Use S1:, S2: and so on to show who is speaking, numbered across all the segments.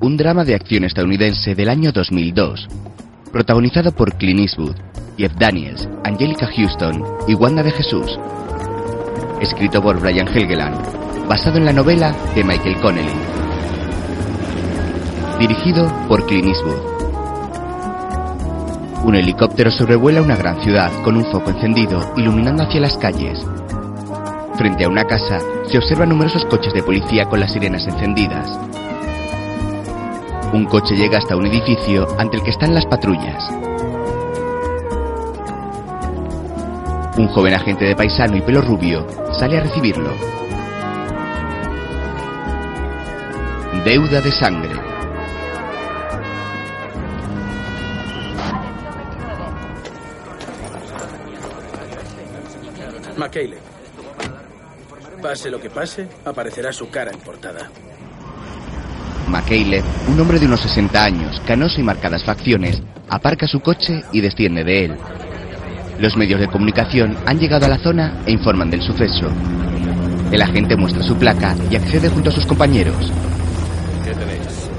S1: un drama de acción estadounidense del año 2002, protagonizado por Clint Eastwood, Jeff Daniels, Angelica Houston y Wanda de Jesús. Escrito por Brian Helgeland, basado en la novela de Michael Connelly. Dirigido por Clint Eastwood. Un helicóptero sobrevuela una gran ciudad con un foco encendido iluminando hacia las calles. Frente a una casa se observan numerosos coches de policía con las sirenas encendidas. Un coche llega hasta un edificio ante el que están las patrullas. Un joven agente de paisano y pelo rubio sale a recibirlo. Deuda de sangre.
S2: McKayle. Pase lo que pase, aparecerá su cara en portada.
S1: McCaleb, un hombre de unos 60 años, canoso y marcadas facciones, aparca su coche y desciende de él. Los medios de comunicación han llegado a la zona e informan del suceso. El agente muestra su placa y accede junto a sus compañeros.
S3: ¿Qué tenéis?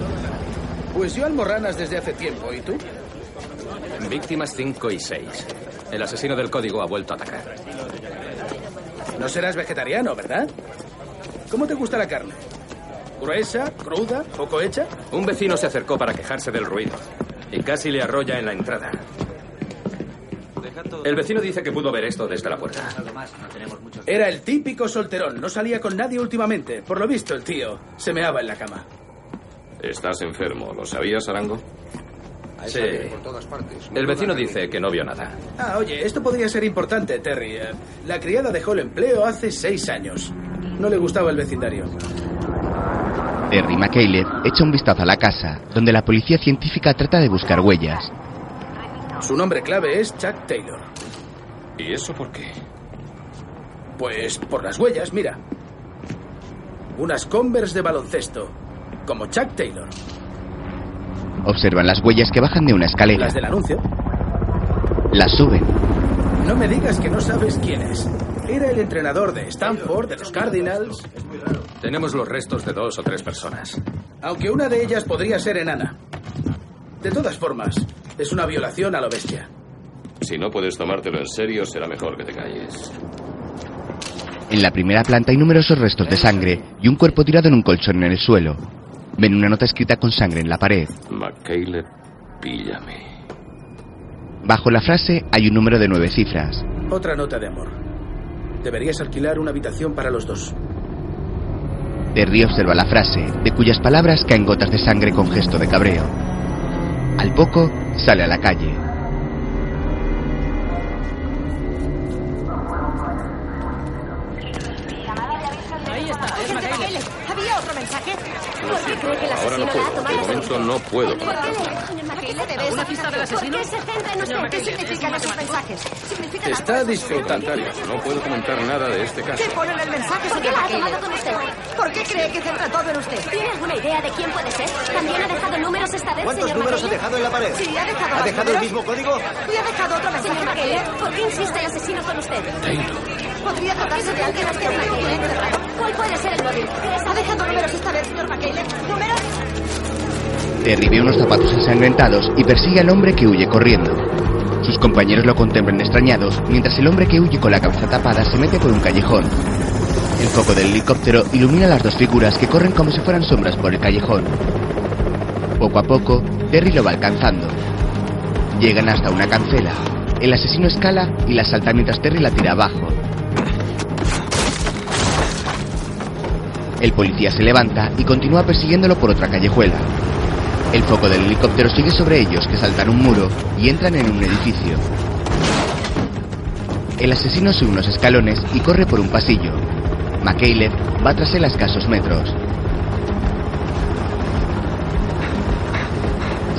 S2: Pues yo almorranas desde hace tiempo, ¿y tú?
S3: Víctimas 5 y 6. El asesino del código ha vuelto a atacar.
S2: No serás vegetariano, ¿verdad? ¿Cómo te gusta la carne? ¿Gruesa, cruda, poco hecha?
S3: Un vecino se acercó para quejarse del ruido y casi le arrolla en la entrada. El vecino dice que pudo ver esto desde la puerta.
S2: Era el típico solterón, no salía con nadie últimamente. Por lo visto, el tío se meaba en la cama.
S4: Estás enfermo, ¿lo sabías, Arango?
S3: Sí. El vecino dice que no vio nada.
S2: Ah, oye, esto podría ser importante, Terry. Eh, La criada dejó el empleo hace seis años. No le gustaba el vecindario.
S1: Terry McCaleb echa un vistazo a la casa, donde la policía científica trata de buscar huellas.
S2: Su nombre clave es Chuck Taylor.
S4: ¿Y eso por qué?
S2: Pues por las huellas, mira. Unas Converse de baloncesto, como Chuck Taylor.
S1: Observan las huellas que bajan de una escalera.
S2: Las del anuncio.
S1: Las suben.
S2: No me digas que no sabes quién es. Era el entrenador de Stanford, de los Cardinals,
S3: Tenemos los restos de dos o tres personas.
S2: aunque una de ellas podría ser enana. De todas formas, es una violación a lo bestia.
S4: Si no puedes tomártelo en serio, será mejor que te calles.
S1: En la primera planta hay numerosos restos de sangre y un cuerpo tirado en un colchón en el suelo. Ven una nota escrita con sangre en la pared.
S4: McCaleb, píllame.
S1: Bajo la frase hay un número de nueve cifras.
S2: Otra nota de amor. Deberías alquilar una habitación para los dos.
S1: Terry observa la frase, de cuyas palabras caen gotas de sangre con gesto de cabreo. Al poco, sale a la calle.
S5: Ahí está, es McKayle.
S6: ¿Había otro mensaje?
S4: Lo
S6: ¿Por qué
S4: siento,
S6: cree que el
S4: ahora
S6: asesino
S4: no
S6: la ha
S4: puedo. De
S6: tomado?
S4: momento no puedo conectar.
S6: McKayle, te ves
S5: ¿Una pista del
S6: ¿Por
S5: asesino?
S6: qué se centra en usted? ¿Qué significan esos mensajes? ¿Significan
S2: Te
S6: algo
S2: está
S6: esos
S2: disfrutando.
S6: mensajes?
S4: No puedo comentar nada de este caso.
S6: ¿Qué pone en el mensaje
S5: ¿Por
S6: sobre
S5: qué la ha
S6: McKayle?
S5: tomado con usted?
S6: ¿Por qué cree que centra todo en usted?
S5: ¿Tiene alguna idea de quién puede ser? ¿También ha dejado números esta vez,
S7: ¿Cuántos
S5: señor
S7: números ha
S5: McKayle?
S7: dejado en la pared?
S6: Sí,
S7: ¿Ha
S6: ha dejado los
S7: dejado el
S6: números.
S7: mismo código?
S6: ¿Y ha dejado otro mensaje,
S5: Señor
S6: McKayle?
S5: McKayle, ¿por qué insiste el asesino con usted?
S6: ¿Podría tratarse de alguien
S5: Señor McKayle, ¿cuál puede ser el móvil?
S6: ¿Ha dejado números esta vez, señor McKayle? ¿Números?
S1: Terry ve unos zapatos ensangrentados y persigue al hombre que huye corriendo. Sus compañeros lo contemplan extrañados, mientras el hombre que huye con la cabeza tapada se mete por un callejón. El foco del helicóptero ilumina las dos figuras que corren como si fueran sombras por el callejón. Poco a poco, Terry lo va alcanzando. Llegan hasta una cancela. El asesino escala y la salta mientras Terry la tira abajo. El policía se levanta y continúa persiguiéndolo por otra callejuela. El foco del helicóptero sigue sobre ellos que saltan un muro y entran en un edificio. El asesino sube unos escalones y corre por un pasillo. McCaleb va tras él a escasos metros.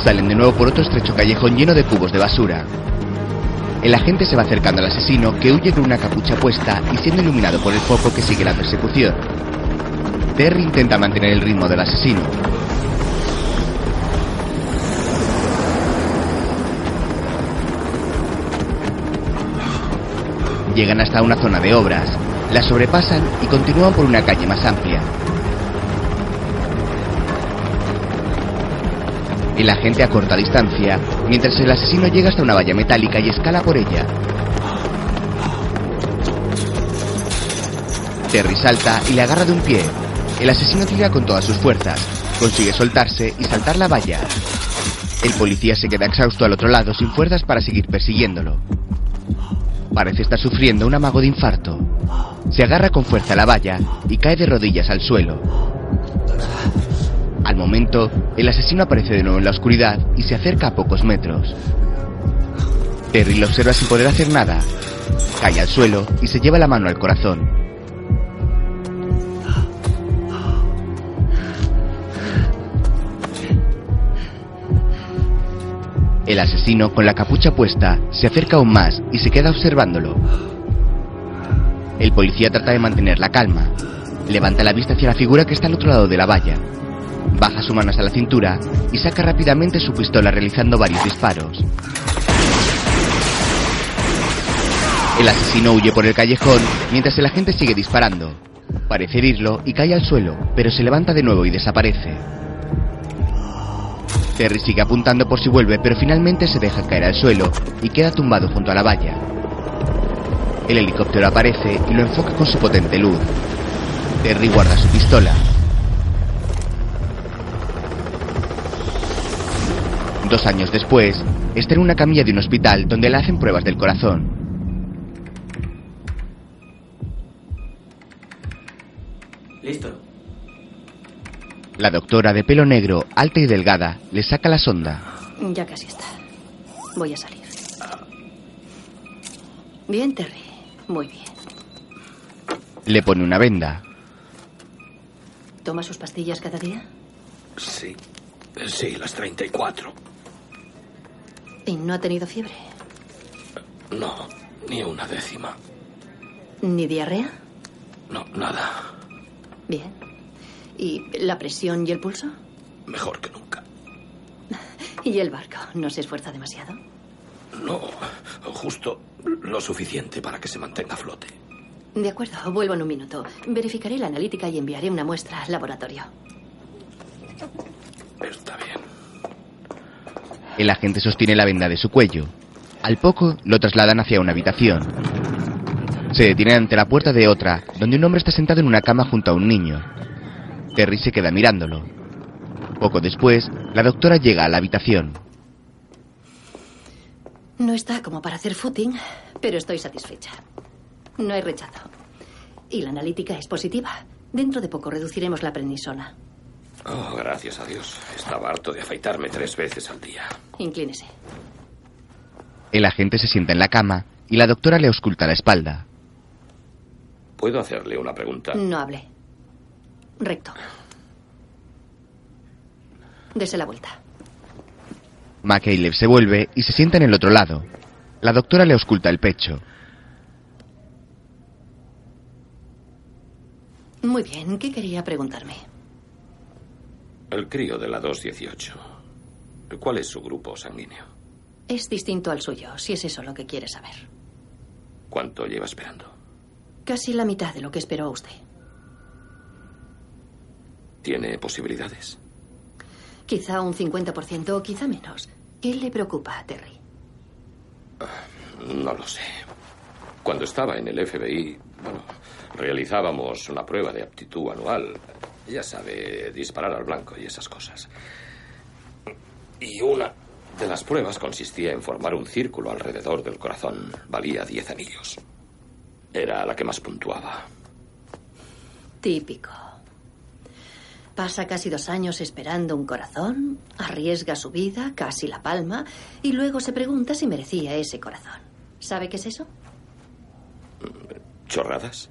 S1: Salen de nuevo por otro estrecho callejón lleno de cubos de basura. El agente se va acercando al asesino que huye con una capucha puesta y siendo iluminado por el foco que sigue la persecución. Terry intenta mantener el ritmo del asesino. Llegan hasta una zona de obras, la sobrepasan y continúan por una calle más amplia. El agente acorta distancia, mientras el asesino llega hasta una valla metálica y escala por ella. Terry salta y le agarra de un pie. El asesino tira con todas sus fuerzas, consigue soltarse y saltar la valla. El policía se queda exhausto al otro lado sin fuerzas para seguir persiguiéndolo. Parece estar sufriendo un amago de infarto. Se agarra con fuerza a la valla y cae de rodillas al suelo. Al momento, el asesino aparece de nuevo en la oscuridad y se acerca a pocos metros. Terry lo observa sin poder hacer nada. Cae al suelo y se lleva la mano al corazón. El asesino, con la capucha puesta, se acerca aún más y se queda observándolo. El policía trata de mantener la calma. Levanta la vista hacia la figura que está al otro lado de la valla. Baja su mano hasta la cintura y saca rápidamente su pistola realizando varios disparos. El asesino huye por el callejón mientras el agente sigue disparando. Parece herirlo y cae al suelo, pero se levanta de nuevo y desaparece. Terry sigue apuntando por si vuelve, pero finalmente se deja caer al suelo y queda tumbado junto a la valla. El helicóptero aparece y lo enfoca con su potente luz. Terry guarda su pistola. Dos años después, está en una camilla de un hospital donde le hacen pruebas del corazón.
S7: Listo.
S1: La doctora de pelo negro, alta y delgada, le saca la sonda.
S8: Ya casi está. Voy a salir. Bien, Terry. Muy bien.
S1: Le pone una venda.
S8: ¿Toma sus pastillas cada día?
S2: Sí. Sí, las 34.
S8: ¿Y no ha tenido fiebre?
S2: No, ni una décima.
S8: ¿Ni diarrea?
S2: No, nada.
S8: Bien. ¿Y la presión y el pulso?
S2: Mejor que nunca.
S8: ¿Y el barco? ¿No se esfuerza demasiado?
S2: No, justo lo suficiente para que se mantenga a flote.
S8: De acuerdo, vuelvo en un minuto. Verificaré la analítica y enviaré una muestra al laboratorio.
S2: Está bien.
S1: El agente sostiene la venda de su cuello. Al poco lo trasladan hacia una habitación. Se detienen ante la puerta de otra, donde un hombre está sentado en una cama junto a un niño. Terry se queda mirándolo. Poco después, la doctora llega a la habitación.
S8: No está como para hacer footing, pero estoy satisfecha. No hay rechazo. Y la analítica es positiva. Dentro de poco reduciremos la prednisona.
S4: Oh, gracias a Dios. Estaba harto de afeitarme tres veces al día.
S8: Inclínese.
S1: El agente se sienta en la cama y la doctora le ausculta la espalda.
S4: ¿Puedo hacerle una pregunta?
S8: No hable. Recto. Dese la vuelta.
S1: McCaleb se vuelve y se sienta en el otro lado. La doctora le ausculta el pecho.
S8: Muy bien, ¿qué quería preguntarme?
S4: El crío de la 218. ¿Cuál es su grupo sanguíneo?
S8: Es distinto al suyo, si es eso lo que quiere saber.
S4: ¿Cuánto lleva esperando?
S8: Casi la mitad de lo que esperó usted.
S4: ¿Tiene posibilidades?
S8: Quizá un 50% o quizá menos. ¿Qué le preocupa a Terry?
S4: No lo sé. Cuando estaba en el FBI, bueno, realizábamos una prueba de aptitud anual. Ya sabe, disparar al blanco y esas cosas. Y una de las pruebas consistía en formar un círculo alrededor del corazón. Valía 10 anillos. Era la que más puntuaba.
S8: Típico. Pasa casi dos años esperando un corazón, arriesga su vida, casi la palma, y luego se pregunta si merecía ese corazón. ¿Sabe qué es eso?
S4: ¿Chorradas?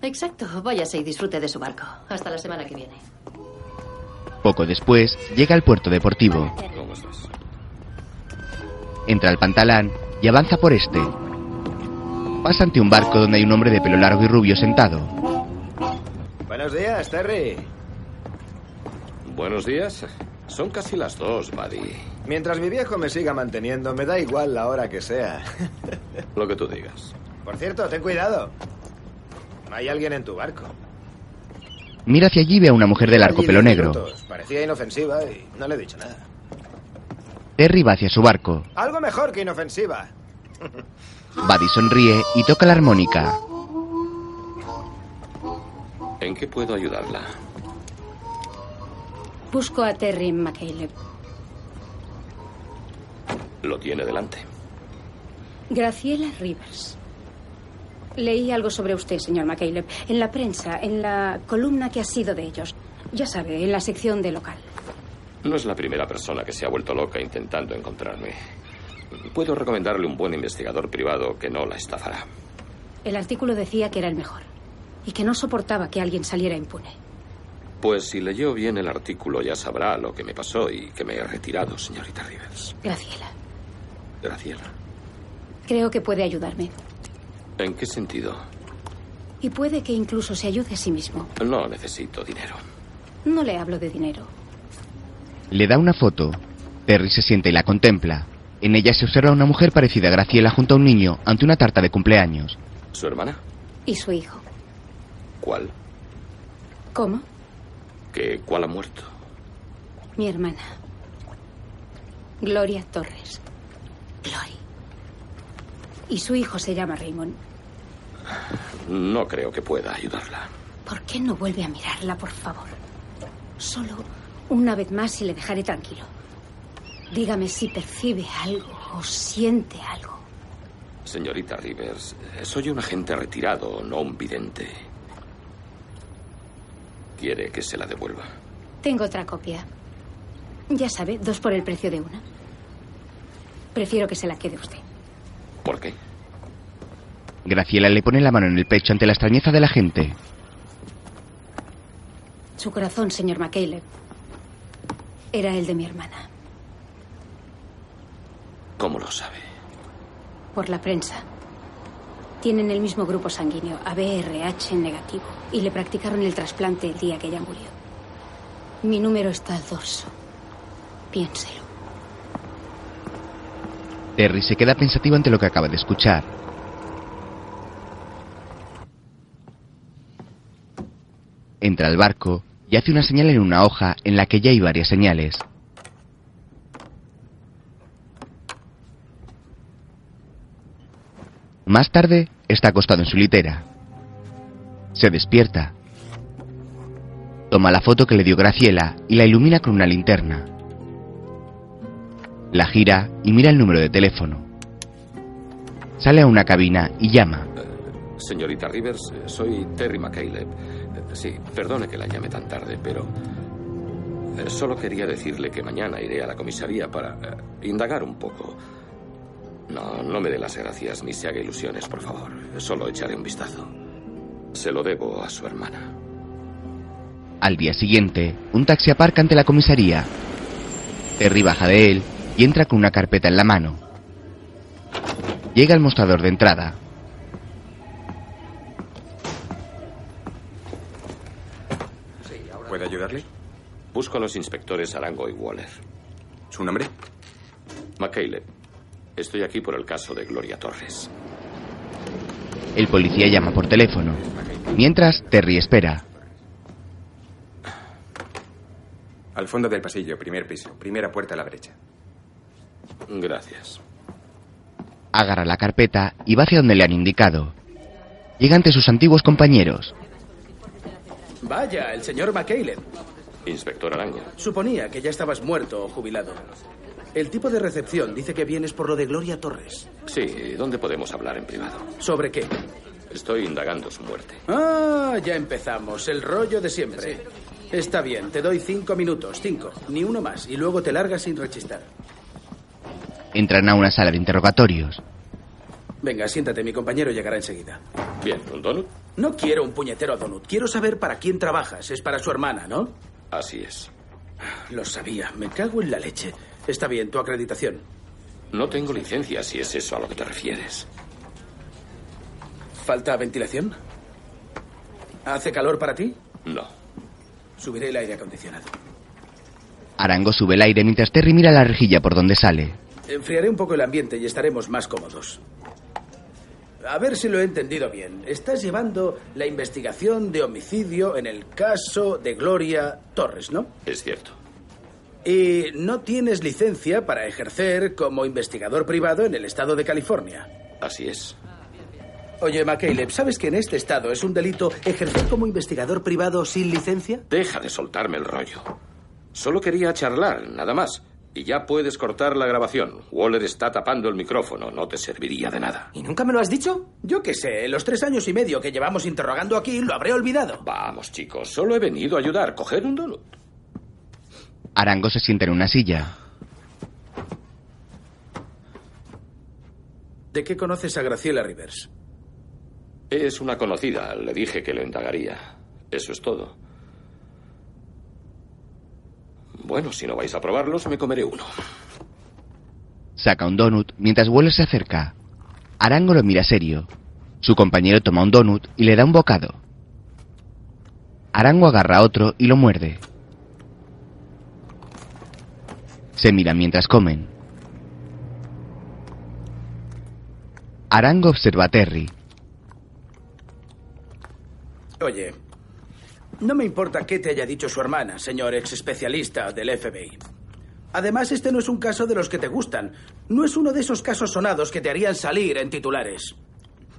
S8: Exacto. Váyase y disfrute de su barco. Hasta la semana que viene.
S1: Poco después, llega al puerto deportivo.
S4: ¿Cómo estás?
S1: Entra al pantalán y avanza por este. Pasa ante un barco donde hay un hombre de pelo largo y rubio sentado.
S9: Buenos días, Terry.
S4: Buenos días. Son casi las dos, Buddy.
S9: Mientras mi viejo me siga manteniendo, me da igual la hora que sea.
S4: Lo que tú digas.
S9: Por cierto, ten cuidado. Hay alguien en tu barco.
S1: Mira hacia allí y ve a una mujer de largo
S9: Allí
S1: pelo
S9: diez
S1: negro.
S9: minutos. Parecía inofensiva y no le he dicho nada.
S1: Terry va hacia su barco.
S9: Algo mejor que inofensiva.
S1: Buddy sonríe y toca la armónica.
S4: ¿En qué puedo ayudarla?
S10: Busco a Terry McCaleb.
S4: Lo tiene delante.
S10: Graciela Rivers. Leí algo sobre usted, señor McCaleb, en la prensa, en la columna que ha sido de ellos. Ya sabe, en la sección de local.
S4: No es la primera persona que se ha vuelto loca intentando encontrarme. Puedo recomendarle un buen investigador privado que no la estafará.
S10: El artículo decía que era el mejor y que no soportaba que alguien saliera impune.
S4: Pues si leyó bien el artículo ya sabrá lo que me pasó y que me he retirado, señorita Rivers.
S10: Graciela,
S4: Graciela.
S10: creo que puede ayudarme.
S4: ¿En qué sentido?
S10: Y puede que incluso se ayude a sí mismo.
S4: No necesito dinero.
S10: No le hablo de dinero.
S1: Le da una foto. Terry se sienta y la contempla. En ella se observa una mujer parecida a Graciela junto a un niño ante una tarta de cumpleaños.
S4: ¿Su hermana?
S10: ¿Y su hijo?
S4: ¿Cuál?
S10: ¿Cómo?
S4: ¿Que cuál ha muerto?
S10: Mi hermana. Gloria Torres. Glory. Y su hijo se llama Raymond.
S4: No creo que pueda ayudarla.
S10: ¿Por qué no vuelve a mirarla, por favor? Solo una vez más y le dejaré tranquilo. Dígame si percibe algo o siente algo.
S4: Señorita Rivers, soy un agente retirado, no un vidente. ¿Quiere que se la devuelva?
S10: Tengo otra copia. Ya sabe, dos por el precio de una. Prefiero que se la quede usted.
S4: ¿Por qué?
S1: Graciela le pone la mano en el pecho ante la extrañeza de la gente.
S10: Su corazón, señor McCaleb, era el de mi hermana,
S4: ¿Cómo lo sabe?
S10: por la prensa. Tienen el mismo grupo sanguíneo, ABRH negativo, y le practicaron el trasplante el día que ella murió. Mi número está al dorso. Piénselo.
S1: Terry se queda pensativo ante lo que acaba de escuchar. Entra al barco y hace una señal en una hoja en la que ya hay varias señales. Más tarde, está acostado en su litera. Se despierta. Toma la foto que le dio Graciela y la ilumina con una linterna. La gira y mira el número de teléfono. Sale a una cabina y llama.
S4: Señorita Rivers, eh, soy Terry McCaleb. Eh, Sí, perdone que la llame tan tarde, pero eh, solo quería decirle que mañana iré a la comisaría para eh, indagar un poco. No, no me dé las gracias ni se haga ilusiones, por favor. Solo echaré un vistazo. Se lo debo a su hermana.
S1: Al día siguiente, un taxi aparca ante la comisaría. Terry baja de él y entra con una carpeta en la mano. Llega al mostrador de entrada.
S11: ¿Puede ayudarle?
S4: Busco a los inspectores Arango y Waller.
S11: ¿Su nombre?
S4: McCaleb. Estoy aquí por el caso de Gloria Torres.
S1: El policía llama por teléfono. Mientras, Terry espera.
S11: Al fondo del pasillo, primer piso, primera puerta a la brecha.
S4: Gracias.
S1: Agarra la carpeta y va hacia donde le han indicado. Llega ante sus antiguos compañeros.
S2: Vaya, el señor McCaleb.
S4: Inspector Arango.
S2: Suponía que ya estabas muerto o jubilado. El tipo de recepción dice que vienes por lo de Gloria Torres.
S4: Sí, ¿dónde podemos hablar en privado?
S2: ¿Sobre qué?
S4: Estoy indagando su muerte.
S2: Ah, ya empezamos. El rollo de siempre. Está bien, te doy cinco minutos, cinco, ni uno más, y luego te largas sin rechistar.
S1: Entran a una sala de interrogatorios.
S2: Venga, siéntate, mi compañero llegará enseguida.
S4: Bien, ¿un donut?
S2: No quiero un puñetero donut, quiero saber para quién trabajas. Es para su hermana, ¿no?
S4: Así es.
S2: Lo sabía, me cago en la leche. Está bien, tu acreditación.
S4: No tengo licencia si es eso a lo que te refieres.
S2: ¿Falta ventilación? ¿Hace calor para ti?
S4: No.
S2: Subiré el aire acondicionado.
S1: Arango sube el aire mientras Terry mira la rejilla por donde sale.
S2: Enfriaré un poco el ambiente y estaremos más cómodos. a ver si lo he entendido bien. Estás llevando la investigación de homicidio en el caso de Gloria Torres, ¿no?
S4: Es cierto.
S2: Y no tienes licencia para ejercer como investigador privado en el estado de California.
S4: Así es.
S2: Oye, McCaleb, ¿sabes que en este estado es un delito ejercer como investigador privado sin licencia?
S4: Deja de soltarme el rollo. Solo quería charlar, nada más. Y ya puedes cortar la grabación. Waller está tapando el micrófono. No te serviría de nada.
S2: ¿Y nunca me lo has dicho? Yo qué sé, en los tres años y medio que llevamos interrogando aquí lo habré olvidado.
S4: Vamos, chicos. Solo he venido a ayudar. Coger un donut.
S1: Arango se sienta en una silla.
S2: ¿De qué conoces a Graciela Rivers?
S4: Es una conocida. Le dije que lo indagaría. Eso es todo. Bueno, si no vais a probarlos, me comeré uno.
S1: Saca un donut mientras Waller se acerca. Arango lo mira serio. Su compañero toma un donut y le da un bocado. Arango agarra otro y lo muerde. Se miran mientras comen. Arango observa a Terry.
S2: Oye, no me importa qué te haya dicho su hermana, señor ex especialista del FBI. Además, este no es un caso de los que te gustan. No es uno de esos casos sonados que te harían salir en titulares.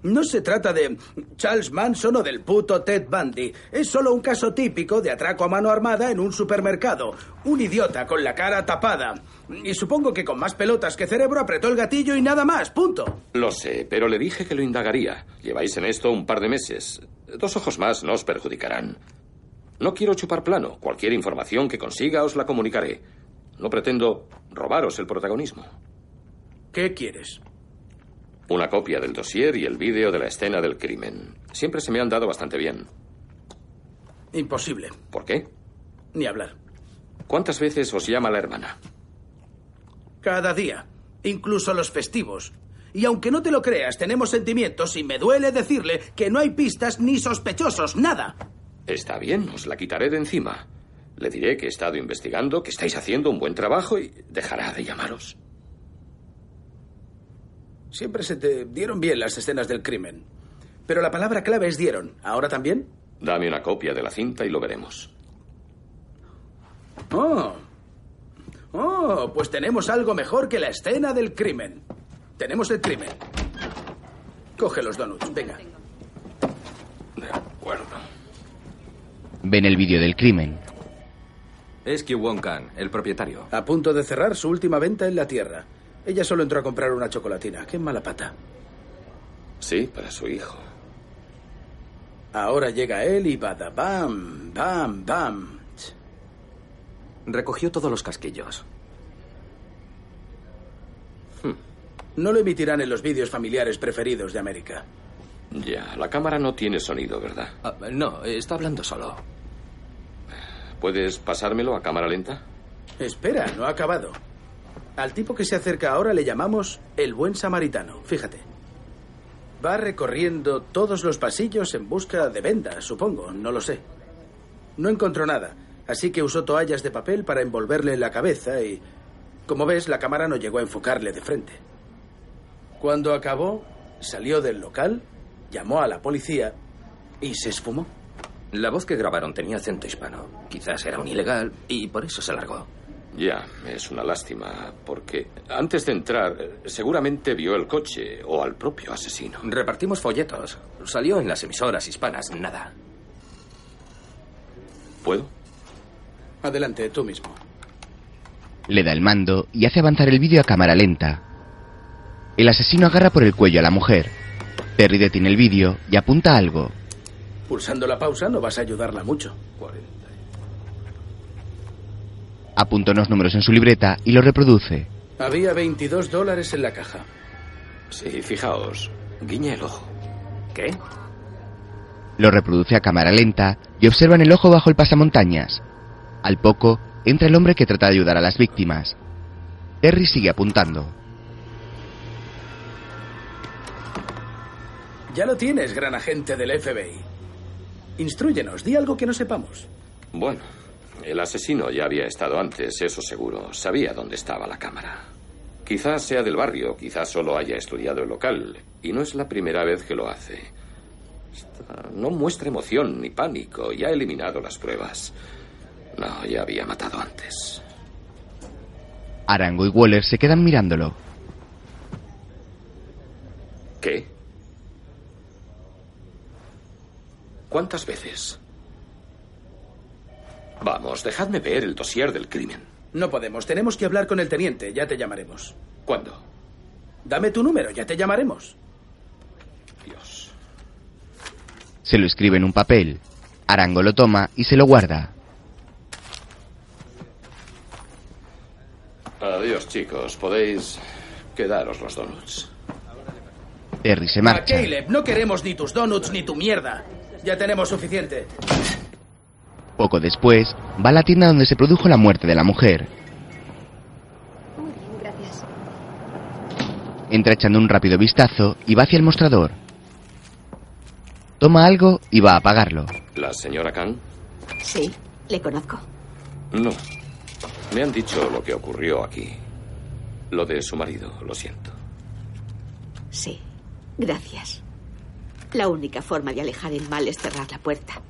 S2: No se trata de Charles Manson o del puto Ted Bundy. Es solo un caso típico de atraco a mano armada en un supermercado. Un idiota con la cara tapada. Y supongo que con más pelotas que cerebro apretó el gatillo y nada más. Punto.
S4: Lo sé, pero le dije que lo indagaría. Lleváis en esto un par de meses. Dos ojos más no os perjudicarán. No quiero chupar plano. Cualquier información que consiga os la comunicaré. No pretendo robaros el protagonismo.
S2: ¿Qué quieres?
S4: Una copia del dossier y el vídeo de la escena del crimen. Siempre se me han dado bastante bien.
S2: Imposible.
S4: ¿Por qué?
S2: Ni hablar.
S4: ¿Cuántas veces os llama la hermana?
S2: Cada día. Incluso los festivos. Y aunque no te lo creas, tenemos sentimientos y me duele decirle que no hay pistas ni sospechosos, nada.
S4: Está bien, os la quitaré de encima. Le diré que he estado investigando, que estáis haciendo un buen trabajo y dejará de llamaros.
S2: Siempre se te dieron bien las escenas del crimen. Pero la palabra clave es dieron. ¿Ahora también?
S4: Dame una copia de la cinta y lo veremos.
S2: Oh. Oh, pues tenemos algo mejor que la escena del crimen. Tenemos el crimen. Coge los donuts, venga.
S4: De acuerdo.
S1: Ven el vídeo del crimen.
S3: Es Kyu Wong Kang, el propietario.
S2: A punto de cerrar su última venta en la tierra. Ella solo entró a comprar una chocolatina. Qué mala pata.
S4: Sí, para su hijo.
S2: Ahora llega él y bada bam, bam, bam.
S3: Recogió todos los casquillos.
S2: Hmm. No lo emitirán en los vídeos familiares preferidos de América.
S4: Ya, la cámara no tiene sonido, ¿verdad?
S3: Ah, no, está hablando solo.
S4: ¿Puedes pasármelo a cámara lenta?
S2: Espera, no ha acabado. Al tipo que se acerca ahora le llamamos el buen samaritano, fíjate. Va recorriendo todos los pasillos en busca de vendas, supongo, no lo sé. No encontró nada, así que usó toallas de papel para envolverle en la cabeza y, como ves, la cámara no llegó a enfocarle de frente. Cuando acabó, salió del local llamó a la policía y se esfumó.
S3: La voz que grabaron tenía acento hispano. Quizás era un ilegal y por eso se largó.
S4: Ya, es una lástima, porque antes de entrar seguramente vio el coche o al propio asesino.
S3: Repartimos folletos. Salió en las emisoras hispanas, nada.
S4: ¿Puedo?
S2: Adelante, tú mismo.
S1: Le da el mando y hace avanzar el vídeo a cámara lenta. El asesino agarra por el cuello a la mujer, Terry detiene el vídeo y apunta algo.
S2: Pulsando la pausa no vas a ayudarla mucho. 40.
S1: Apunta unos números en su libreta y lo reproduce.
S2: Había 22 dólares en la caja.
S4: Sí, fijaos. Guiña el ojo.
S3: ¿Qué?
S1: Lo reproduce a cámara lenta y observan el ojo bajo el pasamontañas. Al poco, entra el hombre que trata de ayudar a las víctimas. Terry sigue apuntando.
S2: Ya lo tienes, gran agente del FBI. Instruyenos, di algo que no sepamos.
S4: Bueno, el asesino ya había estado antes, eso seguro. Sabía dónde estaba la cámara. Quizás sea del barrio, quizás solo haya estudiado el local, y no es la primera vez que lo hace. Está- No muestra emoción ni pánico y ha eliminado las pruebas. No, ya había matado antes.
S1: Arango y Waller se quedan mirándolo.
S4: ¿Qué? ¿Cuántas veces? Vamos, dejadme ver el dossier del crimen.
S2: No podemos, tenemos que hablar con el teniente, ya te llamaremos.
S4: ¿Cuándo?
S2: Dame tu número, ya te llamaremos.
S1: Se lo escribe en un papel. Arango lo toma y se lo guarda.
S4: Adiós, chicos. Podéis quedaros los donuts.
S1: Terry se marcha.
S2: Caleb, no queremos ni tus donuts ni tu mierda. Ya tenemos suficiente.
S1: Poco después, va a la tienda donde se produjo la muerte de la mujer.
S12: Muy bien, gracias.
S1: Entra echando un rápido vistazo y va hacia el mostrador. Toma algo y va a pagarlo.
S4: ¿La señora Khan?
S12: Sí, le conozco.
S4: No. Me han dicho lo que ocurrió aquí. Lo de su marido, lo siento.
S12: Sí, gracias. La única forma de alejar el mal es cerrar la puerta.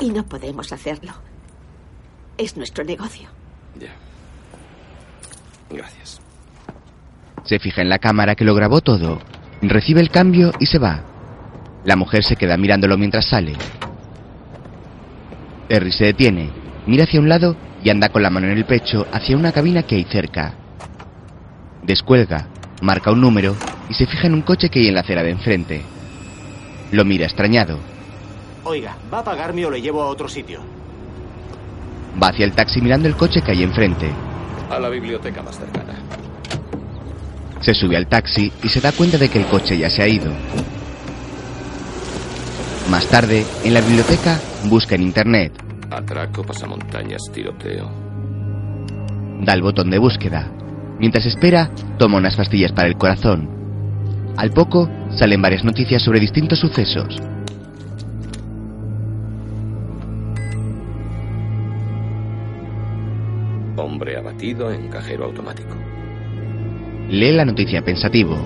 S12: Y no podemos hacerlo. Es nuestro negocio.
S4: Gracias.
S1: Se fija en la cámara que lo grabó todo. Recibe el cambio y se va. La mujer se queda mirándolo mientras sale. Terry se detiene, mira hacia un lado y anda con la mano en el pecho hacia una cabina que hay cerca. Descuelga, marca un número y se fija en un coche que hay en la acera de enfrente. Lo mira extrañado.
S13: Oiga, ¿va a pagarme o le llevo a otro sitio?
S1: Va hacia el taxi mirando el coche que hay enfrente.
S4: A la biblioteca más cercana.
S1: Se sube al taxi y se da cuenta de que el coche ya se ha ido. Más tarde, en la biblioteca, busca en internet,
S4: Atraco, pasamontañas, tiroteo.
S1: da el botón de búsqueda. Mientras espera, toma unas pastillas para el corazón. Al poco, salen varias noticias sobre distintos sucesos.
S4: Hombre abatido en cajero automático.
S1: Lee la noticia pensativo.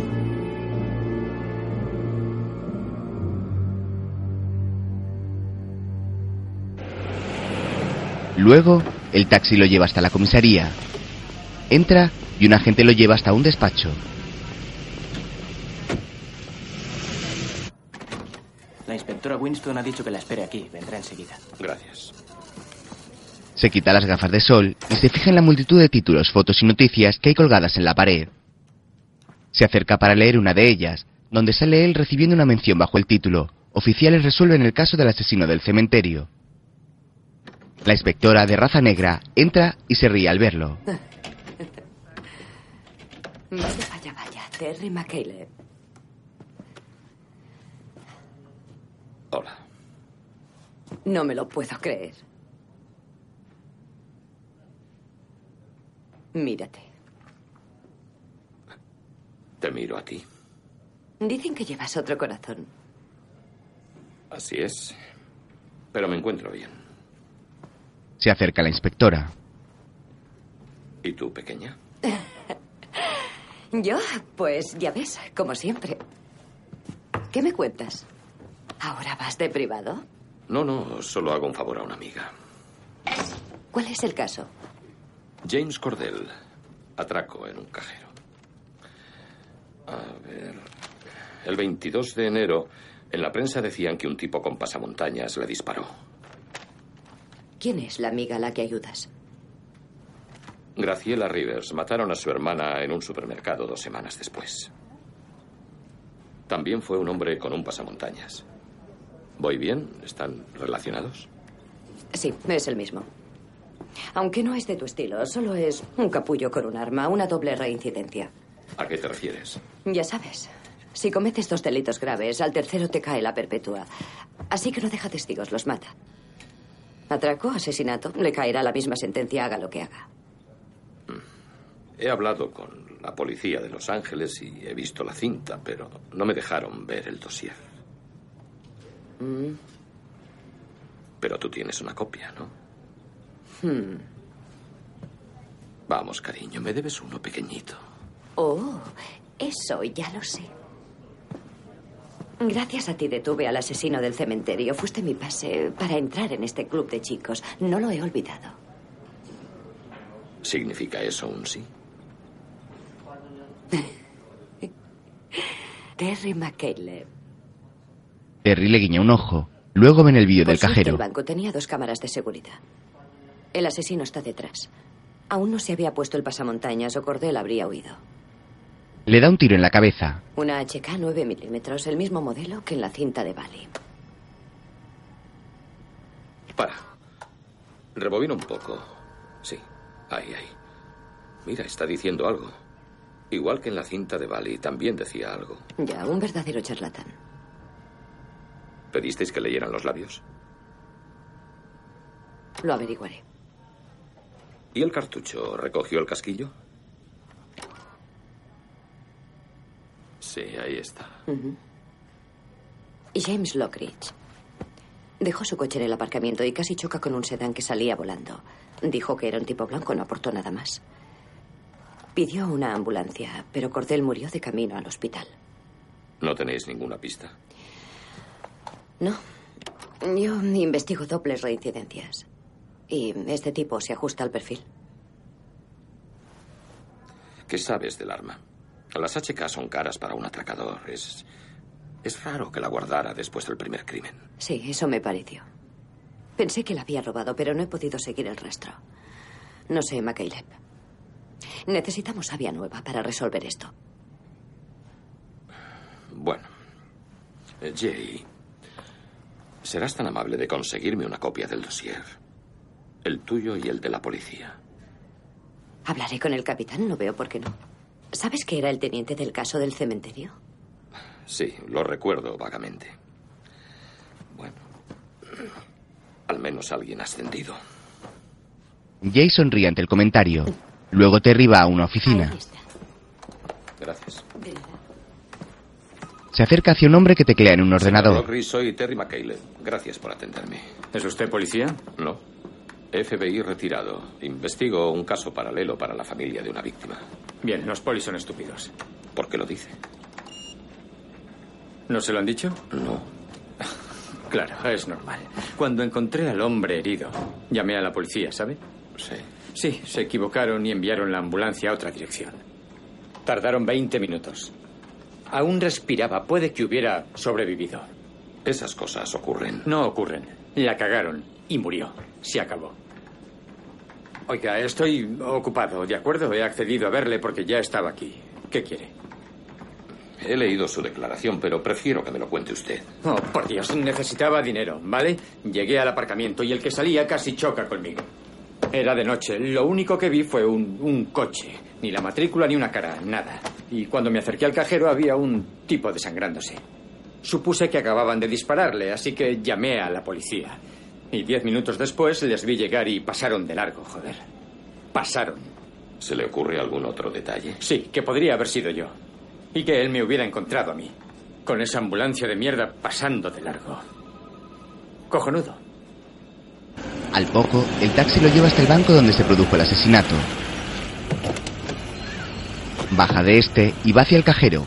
S1: Luego, el taxi lo lleva hasta la comisaría. Entra y un agente lo lleva hasta un despacho.
S7: La inspectora Winston ha dicho que la espere aquí. Vendrá enseguida.
S4: Gracias.
S1: Se quita las gafas de sol y se fija en la multitud de títulos, fotos y noticias que hay colgadas en la pared. Se acerca para leer una de ellas, donde sale él recibiendo una mención bajo el título Oficiales resuelven el caso del asesino del cementerio. La inspectora de raza negra entra y se ríe al verlo.
S5: Mm.
S14: Vaya, vaya, vaya. Terry McCaleb.
S4: Hola.
S14: No me lo puedo creer. Mírate.
S4: Te miro a ti.
S14: Dicen que llevas otro corazón.
S4: Así es. Pero me encuentro bien.
S1: Se acerca la inspectora.
S4: ¿Y tú, pequeña?
S14: Yo, pues ya ves, como siempre. ¿Qué me cuentas? ¿Ahora vas de privado?
S4: No, no, solo hago un favor a una amiga.
S14: ¿Cuál es el caso?
S4: James Cordell. Atraco en un cajero. A ver. El 22 de enero, en la prensa decían que un tipo con pasamontañas le disparó.
S14: ¿Quién es la amiga a la que ayudas?
S4: Graciela Rivers mataron a su hermana en un supermercado dos semanas después. También fue un hombre con un pasamontañas. ¿Voy bien? ¿Están relacionados?
S14: Sí, es el mismo. Aunque no es de tu estilo, solo es un capullo con un arma, una doble reincidencia.
S4: ¿A qué te refieres?
S14: Ya sabes, si cometes dos delitos graves, al tercero te cae la perpetua. Así que no deja testigos, los mata. Atraco, asesinato, le caerá la misma sentencia, haga lo que haga.
S4: He hablado con la policía de Los Ángeles y he visto la cinta, pero no me dejaron ver el dossier.
S14: Mm.
S4: Pero tú tienes una copia, ¿no?
S14: Hmm.
S4: Vamos, cariño, me debes uno pequeñito.
S14: Oh, eso ya lo sé. Gracias a ti detuve al asesino del cementerio. Fuiste mi pase para entrar en este club de chicos. No lo he olvidado.
S4: ¿Significa eso un sí?
S14: Terry McCaleb.
S1: Terry le guiña un ojo. Luego ven el vídeo
S14: Por
S1: del
S14: suerte,
S1: cajero.
S14: El banco tenía dos cámaras de seguridad. El asesino está detrás. Aún no se había puesto el pasamontañas o Cordel habría huido.
S1: Le da un tiro en la cabeza.
S14: Una HK 9 milímetros, el mismo modelo que en la cinta de Bali.
S4: Para. Rebobina un poco. Sí. Ahí, ahí. Mira, está diciendo algo. Igual que en la cinta de Bali también decía algo.
S14: Ya, un verdadero charlatán.
S4: ¿Pedisteis que leyeran los labios?
S14: Lo averiguaré.
S4: ¿Y el cartucho recogió el casquillo? Sí, ahí está.
S14: Ujú. James Lockridge. Dejó su coche en el aparcamiento y casi choca con un sedán que salía volando. Dijo que era un tipo blanco, no aportó nada más. Pidió una ambulancia, pero Cordel murió de camino al hospital.
S4: ¿No tenéis ninguna pista?
S14: No. Yo investigo dobles reincidencias. Y este tipo se ajusta al perfil.
S4: ¿Qué sabes del arma? Las HK son caras para un atracador. Es. Es raro que la guardara después del primer crimen.
S14: Sí, eso me pareció. Pensé que la había robado, pero no he podido seguir el rastro. No sé, McCaleb. Necesitamos savia nueva para resolver esto.
S4: Bueno. Eh, Jay. Serás tan amable de conseguirme una copia del dossier. El tuyo y el de la policía.
S14: Hablaré con el capitán, no veo por qué no. ¿Sabes que era el teniente del caso del cementerio?
S4: Sí, lo recuerdo vagamente. Bueno. Al menos alguien ha ascendido.
S1: Jay sonríe ante el comentario. Luego Terry va a una oficina.
S4: Gracias.
S1: Se acerca hacia un hombre que teclea en un ordenador.
S4: Lockery, soy Terry McCaleb. Gracias por atenderme. ¿Es usted policía? No. FBI retirado. Investigo un caso paralelo para la familia de una víctima.
S3: Bien, los polis son estúpidos.
S4: ¿Por qué lo dice?
S3: ¿No se lo han dicho?
S4: No.
S3: Claro, es normal. Cuando encontré al hombre herido, llamé a la policía, ¿sabe?
S4: Sí.
S3: Sí, se equivocaron y enviaron la ambulancia a otra dirección. Tardaron 20 minutos. Aún respiraba, puede que hubiera sobrevivido.
S4: Esas cosas ocurren.
S3: No ocurren. La cagaron y murió. Se acabó. Oiga, estoy ocupado, ¿de acuerdo? He accedido a verle porque ya estaba aquí. ¿Qué quiere?
S4: He leído su declaración, pero prefiero que me lo cuente usted.
S3: Oh, por Dios, necesitaba dinero, ¿vale? Llegué al aparcamiento y el que salía casi choca conmigo. Era de noche, lo único que vi fue un, un coche, ni la matrícula ni una cara, nada. Y cuando me acerqué al cajero había un tipo desangrándose. Supuse que acababan de dispararle, así que llamé a la policía. Y diez minutos después les vi llegar y pasaron de largo, joder. Pasaron.
S4: ¿Se le ocurre algún otro detalle?
S3: Sí, que podría haber sido yo. Y que él me hubiera encontrado a mí. Con esa ambulancia de mierda pasando de largo. Cojonudo.
S1: Al poco, el taxi lo lleva hasta el banco donde se produjo el asesinato. Baja de este y va hacia el cajero.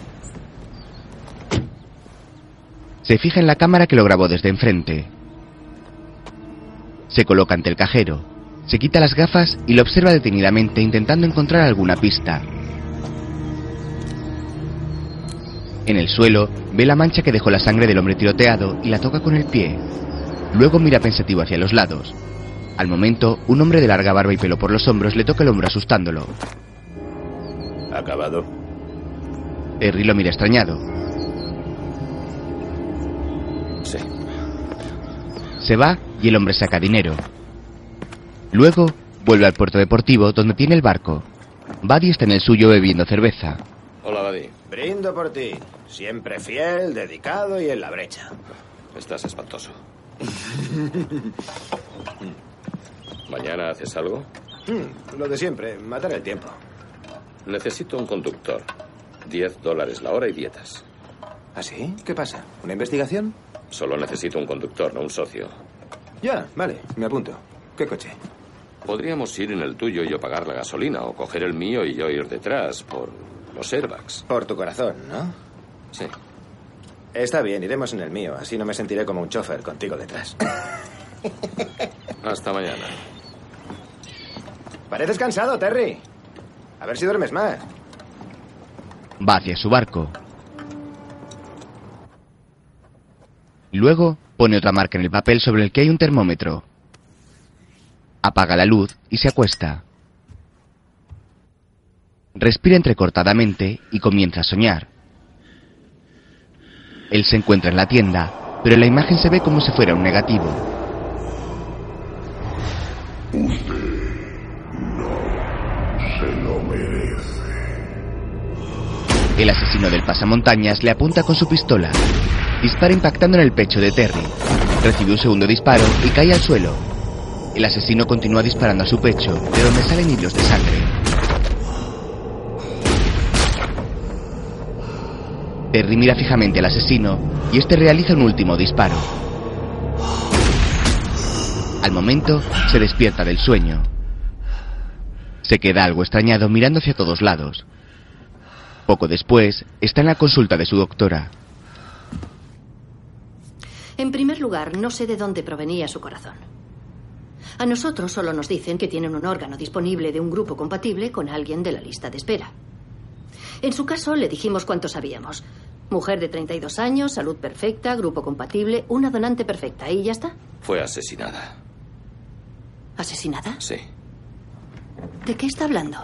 S1: Se fija en la cámara que lo grabó desde enfrente. Se coloca ante el cajero, se quita las gafas y lo observa detenidamente intentando encontrar alguna pista. En el suelo, ve la mancha que dejó la sangre del hombre tiroteado y la toca con el pie. Luego mira pensativo hacia los lados. Al momento, un hombre de larga barba y pelo por los hombros le toca el hombro asustándolo.
S15: Acabado.
S1: Terry lo mira extrañado.
S4: Sí.
S1: Se va y el hombre saca dinero. Luego, vuelve al puerto deportivo donde tiene el barco. Buddy está en el suyo bebiendo cerveza.
S4: Hola, Buddy.
S9: Brindo por ti. Siempre fiel, dedicado y en la brecha.
S4: Estás espantoso. ¿Mañana haces algo?
S9: Hmm, lo de siempre, matar el tiempo.
S4: Necesito un conductor. Diez dólares la hora y dietas.
S9: ¿Ah, sí? ¿Qué pasa? ¿Una investigación?
S4: Solo necesito un conductor, no un socio.
S9: Ya, vale, me apunto. ¿Qué coche?
S4: Podríamos ir en el tuyo y yo pagar la gasolina, o coger el mío y yo ir detrás, por los airbags.
S9: Por tu corazón, ¿no?
S4: Sí.
S9: Está bien, iremos en el mío. Así no me sentiré como un chofer contigo detrás.
S4: Hasta mañana.
S9: Pareces cansado, Terry. A ver si duermes más.
S1: Va hacia su barco. Luego pone otra marca en el papel sobre el que hay un termómetro. Apaga la luz y se acuesta. Respira entrecortadamente y comienza a soñar. Él se encuentra en la tienda, pero la imagen se ve como si fuera un negativo. El asesino del pasamontañas le apunta con su pistola. Dispara impactando en el pecho de Terry. Recibe un segundo disparo y cae al suelo. El asesino continúa disparando a su pecho, de donde salen hilos de sangre. Terry mira fijamente al asesino y este realiza un último disparo. Al momento, se despierta del sueño. Se queda algo extrañado mirando hacia todos lados. Poco después, está en la consulta de su doctora.
S8: En primer lugar, no sé de dónde provenía su corazón. A nosotros solo nos dicen que tienen un órgano disponible de un grupo compatible con alguien de la lista de espera. En su caso, le dijimos cuánto sabíamos. Mujer de 32 años, salud perfecta, grupo compatible, una donante perfecta. ¿Y ya está?
S4: Fue asesinada.
S8: ¿Asesinada?
S4: Sí.
S8: ¿De qué está hablando?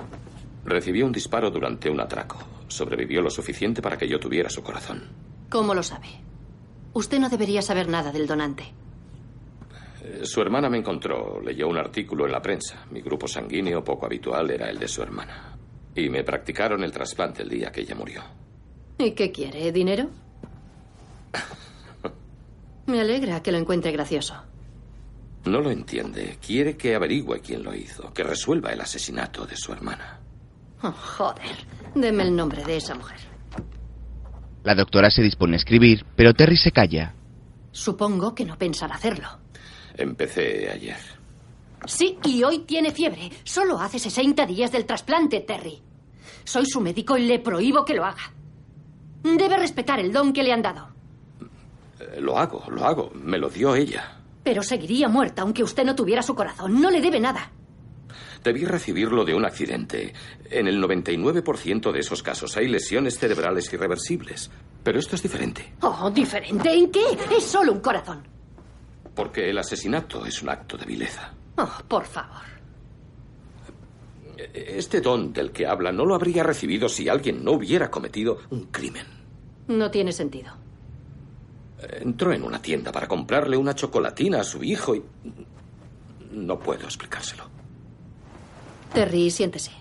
S4: Recibió un disparo durante un atraco. Sobrevivió lo suficiente para que yo tuviera su corazón.
S8: ¿Cómo lo sabe? Usted no debería saber nada del donante.
S4: Eh, Su hermana me encontró, leyó un artículo en la prensa. Mi grupo sanguíneo poco habitual era el de su hermana. Y me practicaron el trasplante el día que ella murió.
S8: ¿Y qué quiere? ¿Dinero? Me alegra que lo encuentre gracioso.
S4: No lo entiende. Quiere que averigüe quién lo hizo, que resuelva el asesinato de su hermana.
S8: Oh, joder. Deme el nombre de esa mujer.
S1: La doctora se dispone a escribir, pero Terry se calla.
S8: Supongo que no pensará hacerlo.
S4: Empecé ayer.
S5: Sí, y hoy tiene fiebre. Solo hace 60 días del trasplante, Terry. Soy su médico y le prohíbo que lo haga. Debe respetar el don que le han dado.
S4: Eh, Lo hago, lo hago. Me lo dio ella.
S5: Pero seguiría muerta aunque usted no tuviera su corazón. No le debe nada.
S4: Debí recibirlo de un accidente. En el 99% de esos casos hay lesiones cerebrales irreversibles. Pero esto es diferente,
S5: Oh, diferente. ¿En qué? Es solo un corazón.
S4: porque el asesinato es un acto de vileza.
S5: Oh, por favor.
S4: E- Este don del que habla no lo habría recibido si alguien no hubiera cometido un crimen.
S8: No tiene sentido.
S4: eh, Entró en una tienda para comprarle una chocolatina a su hijo y... No puedo explicárselo.
S8: Terry, siéntese.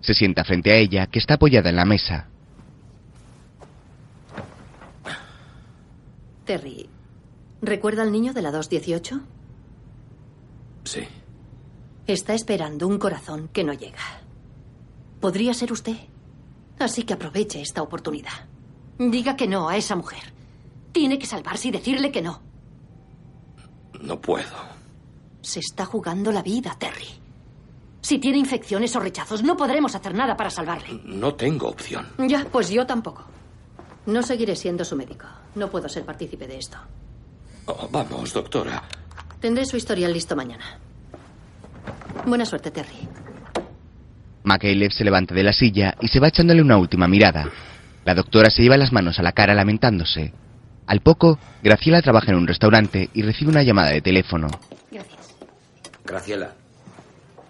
S1: Se sienta frente a ella, que está apoyada en la mesa.
S8: Terry, ¿recuerda al niño de la 218?
S4: Sí.
S8: Está esperando un corazón que no llega. Podría ser usted. Así que aproveche esta oportunidad. Diga que no a esa mujer. Tiene que salvarse y decirle que no.
S4: No puedo.
S8: Se está jugando la vida, Terry. Si tiene infecciones o rechazos, no podremos hacer nada para salvarle.
S4: No tengo opción.
S8: Ya, pues yo tampoco. No seguiré siendo su médico. No puedo ser partícipe de esto.
S4: Oh, vamos, doctora.
S8: Tendré su historial listo mañana. Buena suerte, Terry.
S1: McCaleb se levanta de la silla y se va echándole una última mirada. La doctora se lleva las manos a la cara lamentándose. Al poco, Graciela trabaja en un restaurante y recibe una llamada de teléfono.
S15: Graciela,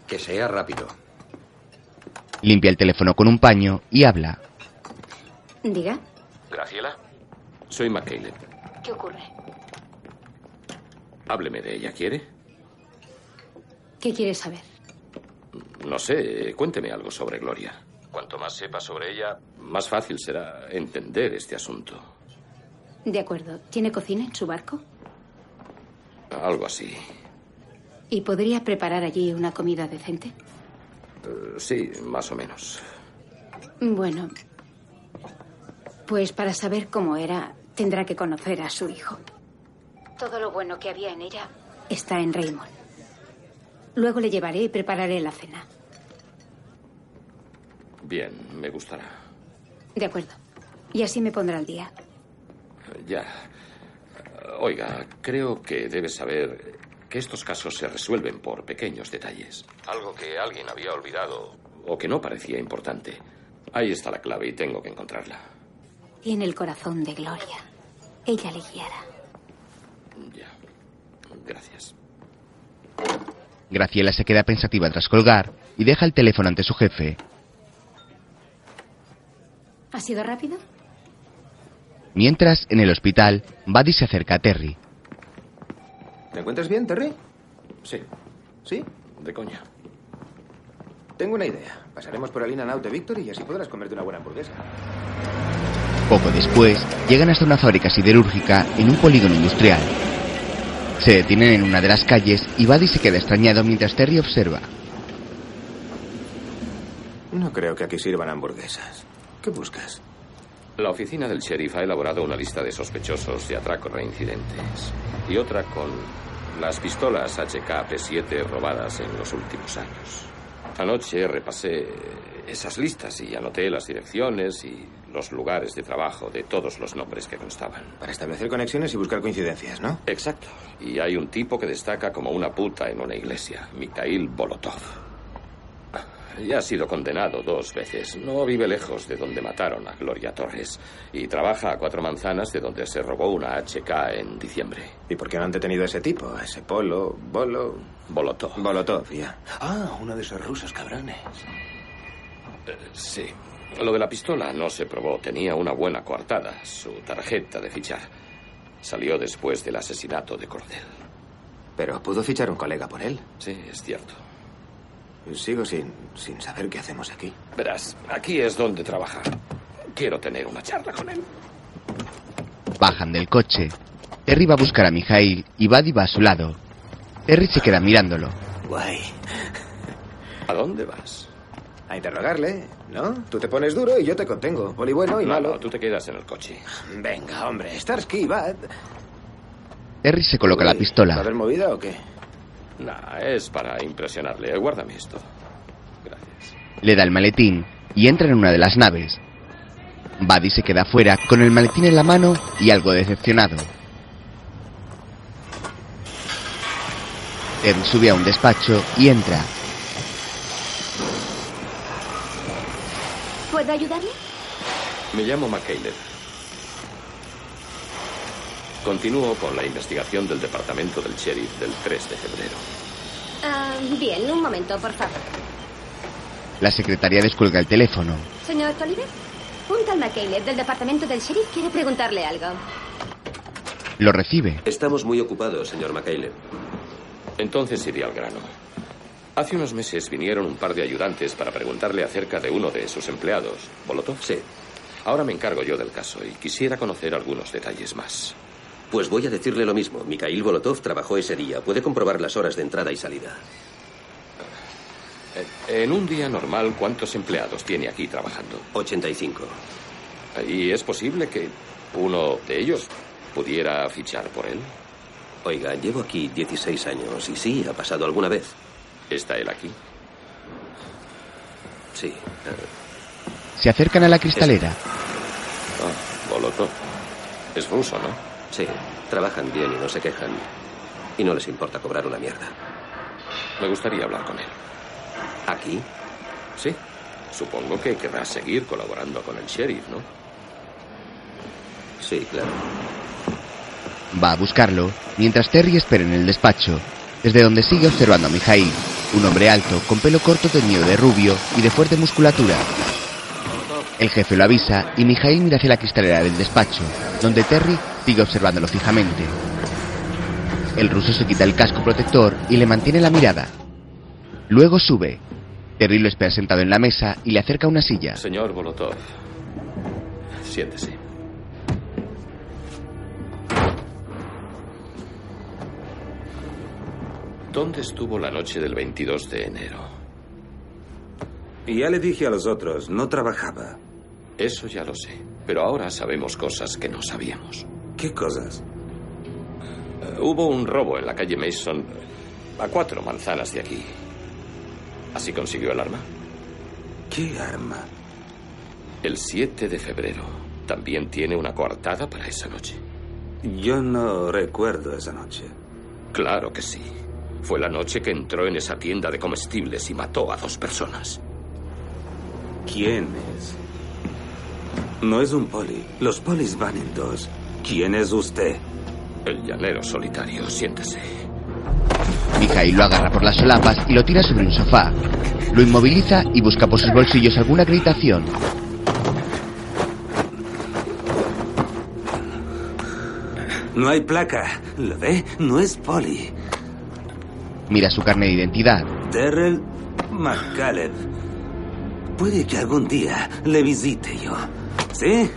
S15: que sea rápido.
S1: Limpia el teléfono con un paño y habla.
S10: Diga,
S4: Graciela. Soy McCaleb.
S10: ¿qué ocurre?
S4: Hábleme de ella, ¿quiere?
S10: ¿Qué quieres saber?
S4: No sé, cuénteme algo sobre Gloria. Cuanto más sepa sobre ella, más fácil será entender este asunto.
S10: De acuerdo, ¿tiene cocina en su barco?
S4: Algo así.
S10: ¿Y podría preparar allí una comida decente?
S4: Eh, sí, más o menos.
S10: Bueno, pues para saber cómo era, tendrá que conocer a su hijo. Todo lo bueno que había en ella está en Raymond. Luego le llevaré y prepararé la cena.
S4: Bien, me gustará.
S10: De acuerdo. Y así me pondrá al día.
S4: Eh, Ya. Oiga, creo que debes saber que estos casos se resuelven por pequeños detalles. Algo que alguien había olvidado o que no parecía importante. Ahí está la clave y tengo que encontrarla.
S10: Tiene el corazón de Gloria. Ella le guiará.
S4: Ya. Gracias.
S1: Graciela se queda pensativa tras colgar y deja el teléfono ante su jefe.
S10: ¿Ha sido rápido?
S1: Mientras, en el hospital, Buddy se acerca a Terry.
S9: ¿Te encuentras bien, Terry?
S4: Sí.
S9: ¿Sí?
S4: De coña.
S9: Tengo una idea. Pasaremos por el In and Out de Victory y así podrás comerte una buena hamburguesa.
S1: Poco después, llegan hasta una fábrica siderúrgica en un polígono industrial. Se detienen en una de las calles y Buddy se queda extrañado mientras Terry observa.
S9: No creo que aquí sirvan hamburguesas. ¿Qué buscas?
S4: La oficina del sheriff ha elaborado una lista de sospechosos de atracos reincidentes y otra con las pistolas HK-P7 robadas en los últimos años. Anoche repasé esas listas y anoté las direcciones y los lugares de trabajo de todos los nombres que constaban.
S9: Para establecer conexiones y buscar coincidencias, ¿no?
S4: Exacto. Y hay un tipo que destaca como una puta en una iglesia, Mikhail Bolotov. Ya ha sido condenado dos veces. No vive lejos de donde mataron a Gloria Torres. Y trabaja a cuatro manzanas de donde se robó una HK en diciembre.
S9: ¿Y por qué no han detenido a ese tipo? A ese polo, bolo.
S4: Bolotov.
S9: Bolotov, ya.
S15: Ah, uno de esos rusos cabrones.
S4: Eh, sí. Lo de la pistola no se probó. Tenía una buena coartada. Su tarjeta de fichar. Salió después del asesinato de Cordel.
S9: Pero pudo fichar un colega por él.
S4: Sí, es cierto.
S9: Sigo sin, sin saber qué hacemos aquí.
S4: Verás, aquí es donde trabaja. Quiero tener una charla con él.
S1: Bajan del coche. Terry va a buscar a Mijail y Buddy va a su lado. Terry se queda mirándolo.
S9: Guay.
S4: ¿A dónde vas?
S9: A interrogarle, ¿no? Tú te pones duro y yo te contengo. Poli bueno y
S4: no,
S9: malo.
S4: No, tú te quedas en el coche.
S9: Venga, hombre, Starsky, Bad.
S1: Terry se coloca Uy, la pistola.
S9: ¿Va a haber movida o qué?
S4: Nah, es para impresionarle. Guárdame esto. Gracias.
S1: Le da el maletín y entra en una de las naves. Buddy se queda fuera con el maletín en la mano y algo decepcionado. Terry sube a un despacho y entra.
S10: ¿Puedo ayudarle?
S4: Me llamo McCaleb. Continúo con la investigación del departamento del sheriff del 3 de febrero.
S10: Ah, bien, un momento, por favor.
S1: La secretaria descuelga el teléfono.
S10: Señor Toliver, un tal McCaleb del departamento del sheriff quiere preguntarle algo.
S1: Lo recibe.
S16: Estamos muy ocupados, señor McCaleb.
S4: Entonces iré al grano. Hace unos meses vinieron un par de ayudantes para preguntarle acerca de uno de sus empleados, Bolotov.
S16: Sí.
S4: Ahora me encargo yo del caso y quisiera conocer algunos detalles más.
S16: Pues voy a decirle lo mismo. Mikhail Bolotov trabajó ese día. Puede comprobar las horas de entrada y salida.
S4: Eh, En un día normal, ¿cuántos empleados tiene aquí trabajando?
S16: 85.
S4: ¿Y es posible que uno de ellos pudiera fichar por él?
S16: Oiga, llevo aquí 16 años y sí, ha pasado alguna vez.
S4: ¿Está él aquí?
S16: Sí.
S1: Se acercan a la cristalera.
S4: Ah, Bolotov. Es ruso, ¿no?
S16: Sí, trabajan bien y no se quejan. Y no les importa cobrar una mierda.
S4: Me gustaría hablar con él.
S16: ¿Aquí?
S4: Sí. Supongo que querrá seguir colaborando con el sheriff, ¿no?
S16: Sí, claro.
S1: Va a buscarlo mientras Terry espera en el despacho, desde donde sigue observando a Mijail, un hombre alto, con pelo corto teñido de rubio y de fuerte musculatura. El jefe lo avisa y Mijail mira hacia la cristalera del despacho, donde Terry sigue observándolo fijamente. El ruso se quita el casco protector y le mantiene la mirada. Luego sube. Terry lo espera sentado en la mesa y le acerca una silla.
S4: Señor Bolotov, siéntese. ¿Dónde estuvo la noche del 22 de enero?
S17: Y ya le dije a los otros, no trabajaba.
S4: Eso ya lo sé. Pero ahora sabemos cosas que no sabíamos.
S17: ¿Qué cosas?
S4: Uh, hubo un robo en la calle Mason a cuatro manzanas de aquí. ¿Así consiguió el arma?
S17: ¿Qué arma?
S4: El 7 de febrero. También tiene una coartada para esa noche.
S17: Yo no recuerdo esa noche.
S4: Claro que sí. Fue la noche que entró en esa tienda de comestibles y mató a dos personas.
S17: ¿Quién es? No es un poli. Los polis van en dos. ¿Quién es usted?
S4: El llanero solitario, siéntese.
S1: Mikhail lo agarra por las solapas y lo tira sobre un sofá. Lo inmoviliza y busca por sus bolsillos alguna acreditación.
S17: No hay placa. ¿Lo ve? No es poli.
S1: Mira su carnet de identidad.
S17: Terrell McCaleb. Puede que algún día le visite yo. ¿Sí?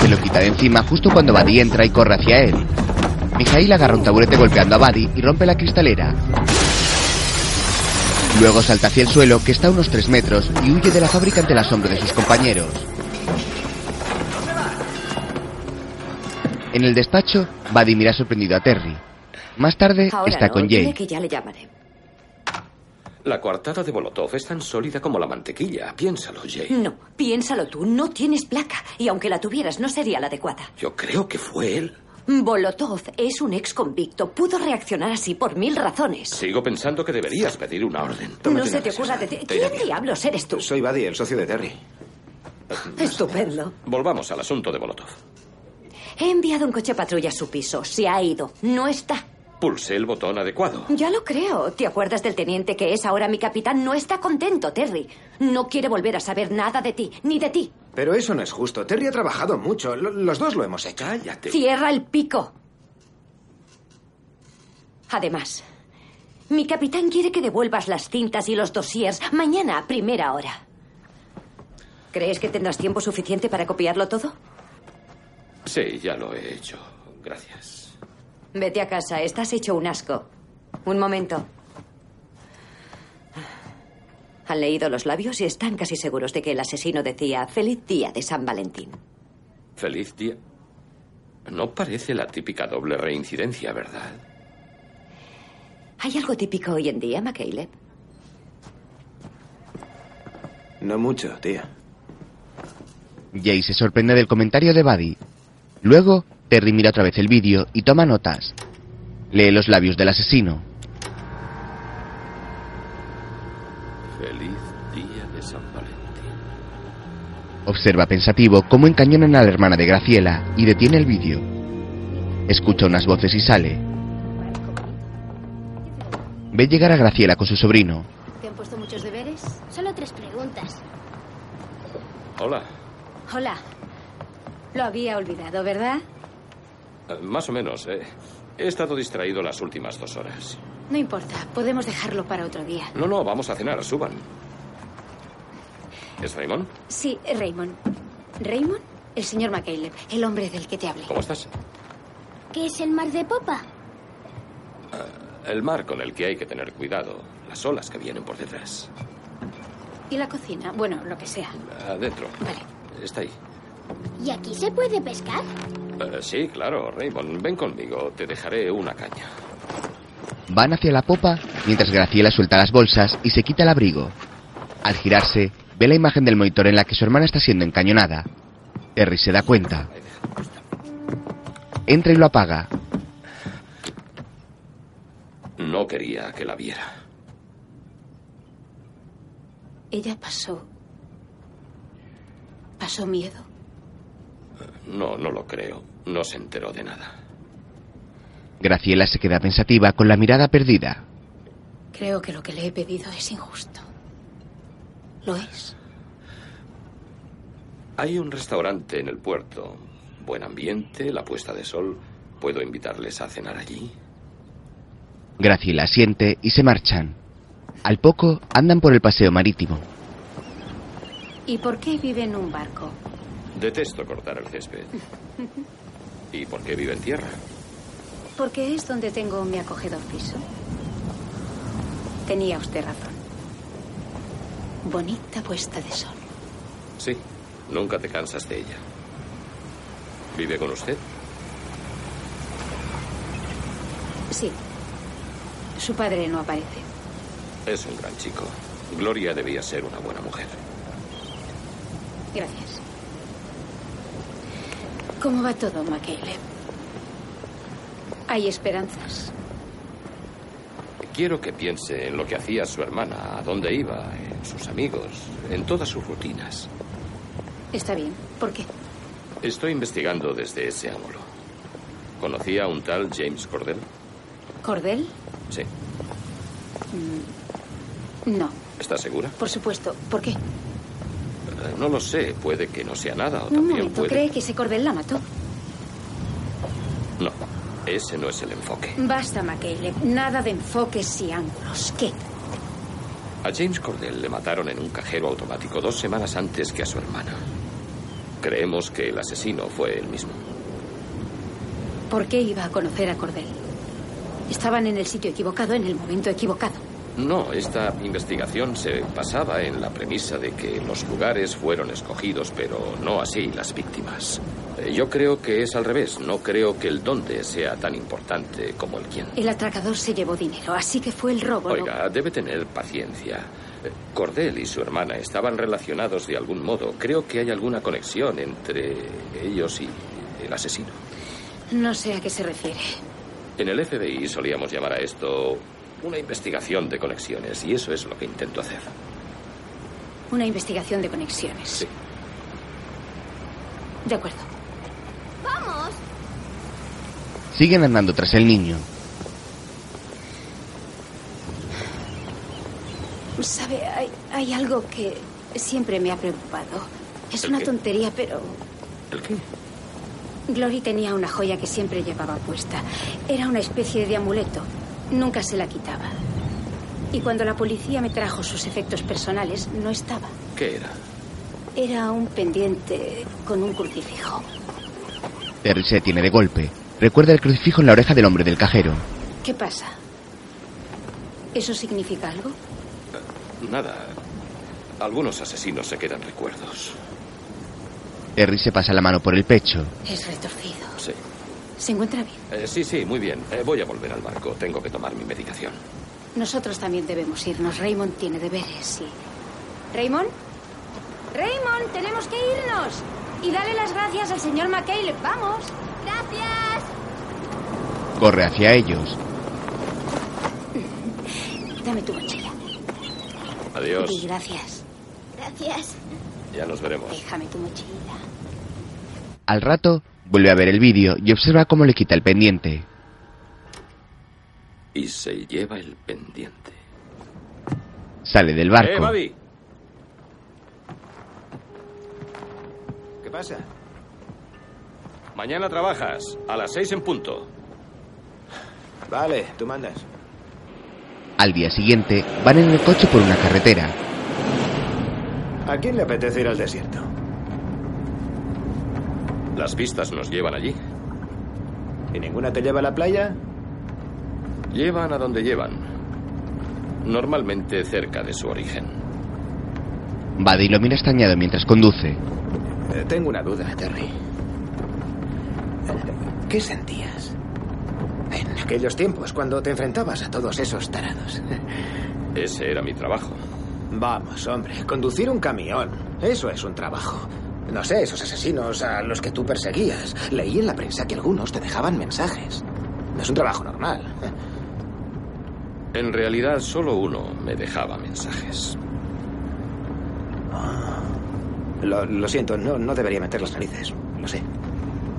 S1: Se lo quita de encima justo cuando Buddy entra y corre hacia él. Mijail agarra un taburete golpeando a Buddy y rompe la cristalera. Luego salta hacia el suelo, que está a unos 3 metros, y huye de la fábrica ante el asombro de sus compañeros. En el despacho, Buddy mira sorprendido a Terry. Más tarde,
S14: Ahora
S1: Eh, está
S14: no,
S1: con
S14: dile
S1: Jay.
S14: que ya le llamaré.
S4: La coartada de Molotov es tan sólida como la mantequilla. Piénsalo, Jay.
S14: No, piénsalo tú. No tienes placa. Y aunque la tuvieras, no sería la adecuada.
S4: Yo creo que fue él.
S14: Bolotov es un ex convicto. Pudo reaccionar así por mil razones.
S4: Sigo pensando que deberías pedir una orden.
S14: no se te ocurra decir.
S4: Te irá
S14: ¿Quién diablos eres tú?
S9: Soy Buddy, el socio de Terry.
S14: Estupendo.
S4: Volvamos al asunto de Molotov.
S14: He enviado un coche patrulla a su piso. Se ha ido. No está.
S4: Pulsé el botón adecuado.
S14: Ya lo creo. ¿Te acuerdas del teniente que es ahora mi capitán? No está contento, Terry. No quiere volver a saber nada de ti, ni de ti.
S9: Pero eso no es justo. Terry ha trabajado mucho. Lo- los dos lo hemos hecho. Cállate.
S14: Cierra el pico. Además, mi capitán quiere que devuelvas las cintas y los dossiers mañana a primera hora. ¿Crees que tendrás tiempo suficiente para copiarlo todo?
S4: Sí, ya lo he hecho. Gracias.
S14: Vete a casa, estás hecho un asco. Un momento. Han leído los labios y están casi seguros de que el asesino decía Feliz día de San Valentín.
S4: Feliz día. No parece la típica doble reincidencia, ¿verdad?
S14: ¿Hay algo típico hoy en día, McCaleb?
S9: No mucho, tía.
S1: Jay se sorprende del comentario de Buddy. Luego, Terry mira otra vez el vídeo y toma notas. Lee los labios del asesino.
S4: Feliz día de San Valentín.
S1: Observa pensativo cómo encañonan a la hermana de Graciela y detiene el vídeo. Escucha unas voces y sale. Ve llegar a Graciela con su sobrino.
S18: ¿Te han puesto muchos deberes? Solo tres preguntas.
S4: Hola.
S10: Hola. Lo había olvidado, ¿verdad?
S4: Eh, más o menos, eh. He estado distraído las últimas dos horas.
S10: No importa, podemos dejarlo para otro día.
S4: No, no, vamos a cenar, suban. ¿Es Raymond?
S10: Sí, Raymond. ¿Raymond? El señor McCaleb, el hombre del que te hablé.
S4: ¿Cómo estás?
S18: ¿Qué es el mar de popa?
S4: El mar con el que hay que tener cuidado. Las olas que vienen por detrás.
S10: ¿Y la cocina? Bueno, lo que sea.
S4: Adentro. Está ahí.
S18: ¿Y aquí se puede pescar?
S4: Eh, sí, claro, Raymond. Ven conmigo. Te dejaré una caña.
S1: Van hacia la popa mientras Graciela suelta las bolsas y se quita el abrigo. Al girarse, ve la imagen del monitor en la que su hermana está siendo encañonada. Terry se da cuenta. Entra y lo apaga.
S4: No quería que la viera.
S10: Ella pasó. Pasó miedo.
S4: No, no lo creo. No se enteró de nada.
S1: Graciela se queda pensativa con la mirada perdida.
S10: Creo que lo que le he pedido es injusto. ¿Lo es?
S4: Hay un restaurante en el puerto. Buen ambiente, la puesta de sol. ¿Puedo invitarles a cenar allí?
S1: Graciela asiente y se marchan. Al poco andan por el paseo marítimo.
S10: ¿Y por qué vive en un barco?
S4: Detesto cortar el césped. ¿Y por qué vive en tierra?
S10: Porque es donde tengo mi acogedor piso. Tenía usted razón. Bonita puesta de sol.
S4: Sí, nunca te cansas de ella. ¿Vive con usted?
S10: Sí. Su padre no aparece.
S4: Es un gran chico. Gloria debía ser una buena mujer.
S10: Gracias. ¿Cómo va todo, McCaleb? Hay esperanzas.
S4: Quiero que piense en lo que hacía su hermana, a dónde iba, en sus amigos, en todas sus rutinas.
S10: Está bien. ¿Por qué?
S4: Estoy investigando desde ese ángulo. ¿Conocía a un tal James Cordell?
S10: ¿Cordel?
S4: Sí.
S10: Mm, No,
S4: ¿Está segura?
S10: por supuesto. ¿Por qué?
S4: Eh, No lo sé. Puede que no sea nada o
S10: Un
S4: también
S10: momento,
S4: puede.
S10: ¿cree que ese Cordel la mató?
S4: No. Ese no es el enfoque.
S10: Basta, McCaleb. Nada de enfoques y ángulos. ¿Qué?
S4: A James Cordell le mataron en un cajero automático dos semanas antes que a su hermana. Creemos que el asesino fue el mismo.
S10: ¿Por qué iba a conocer a Cordel? Estaban en el sitio equivocado en el momento equivocado.
S4: No, esta investigación se basaba en la premisa de que los lugares fueron escogidos, pero no así las víctimas. Eh, Yo creo que es al revés. No creo que el dónde sea tan importante como el quién.
S10: El atracador se llevó dinero, así que fue el robo. ¿no?
S4: Oiga, debe tener paciencia. Eh, Cordell y su hermana estaban relacionados de algún modo. Creo que hay alguna conexión entre ellos y el asesino.
S10: no sé a qué se refiere.
S4: En el FBI solíamos llamar a esto una investigación de conexiones y eso es lo que intento hacer.
S10: Una investigación de conexiones.
S4: Sí.
S10: De acuerdo.
S18: ¡Vamos!
S1: Siguen andando tras el niño.
S10: Sabe, hay, hay algo que siempre me ha preocupado. Es
S4: ¿El
S10: una
S4: qué?
S10: tontería, pero
S4: ¿El qué?
S10: Glory tenía una joya que siempre llevaba puesta. Era una especie de amuleto. Nunca se la quitaba. Y cuando la policía me trajo sus efectos personales, no estaba.
S4: ¿Qué era?
S10: Era un pendiente con un crucifijo.
S1: Terry se detiene de golpe. Recuerda el crucifijo en la oreja del hombre del cajero.
S10: ¿Qué pasa? ¿Eso significa algo?
S4: Nada. Algunos asesinos se quedan recuerdos.
S1: Terry se pasa la mano por el pecho.
S10: Es retorcido.
S4: Sí.
S10: ¿Se encuentra bien?
S4: Eh, sí, sí, muy bien. Eh, voy a volver al barco. Tengo que tomar mi medicación.
S10: Nosotros también debemos irnos. Raymond tiene deberes y... ¿Raymond? ¡Raymond, tenemos que irnos! Y dale las gracias al señor McCaleb. ¡Vamos! ¡Gracias!
S1: Corre hacia ellos.
S10: Dame tu mochila. Y
S4: Adiós.
S10: gracias. Gracias.
S4: Ya nos veremos.
S10: Déjame tu mochila.
S1: Al rato, vuelve a ver el vídeo y observa cómo le quita el pendiente.
S4: Y se lleva el pendiente.
S1: Sale del
S4: ¡Eh,
S1: barco.
S4: Babi!
S13: ¿Qué pasa?
S4: Mañana trabajas. A las seis en punto.
S9: Vale, tú mandas.
S1: Al día siguiente, van en el coche por una carretera.
S9: ¿A quién le apetece ir al desierto?
S4: Las pistas nos llevan allí.
S9: ¿Y ninguna te lleva a la playa?
S4: Llevan a donde llevan. Normalmente cerca de su origen.
S1: Buddy lo mira extrañado mientras conduce.
S9: Eh, tengo una duda, Terry. ¿Qué sentías? En aquellos tiempos, cuando te enfrentabas a todos esos tarados.
S4: Ese era mi trabajo.
S9: Vamos, hombre, conducir un camión. Eso es un trabajo. No sé, esos asesinos a los que tú perseguías. Leí en la prensa que algunos te dejaban mensajes. No es un trabajo normal.
S4: En realidad, solo uno me dejaba mensajes.
S9: Lo, lo siento, no, no debería meter las narices. Lo sé.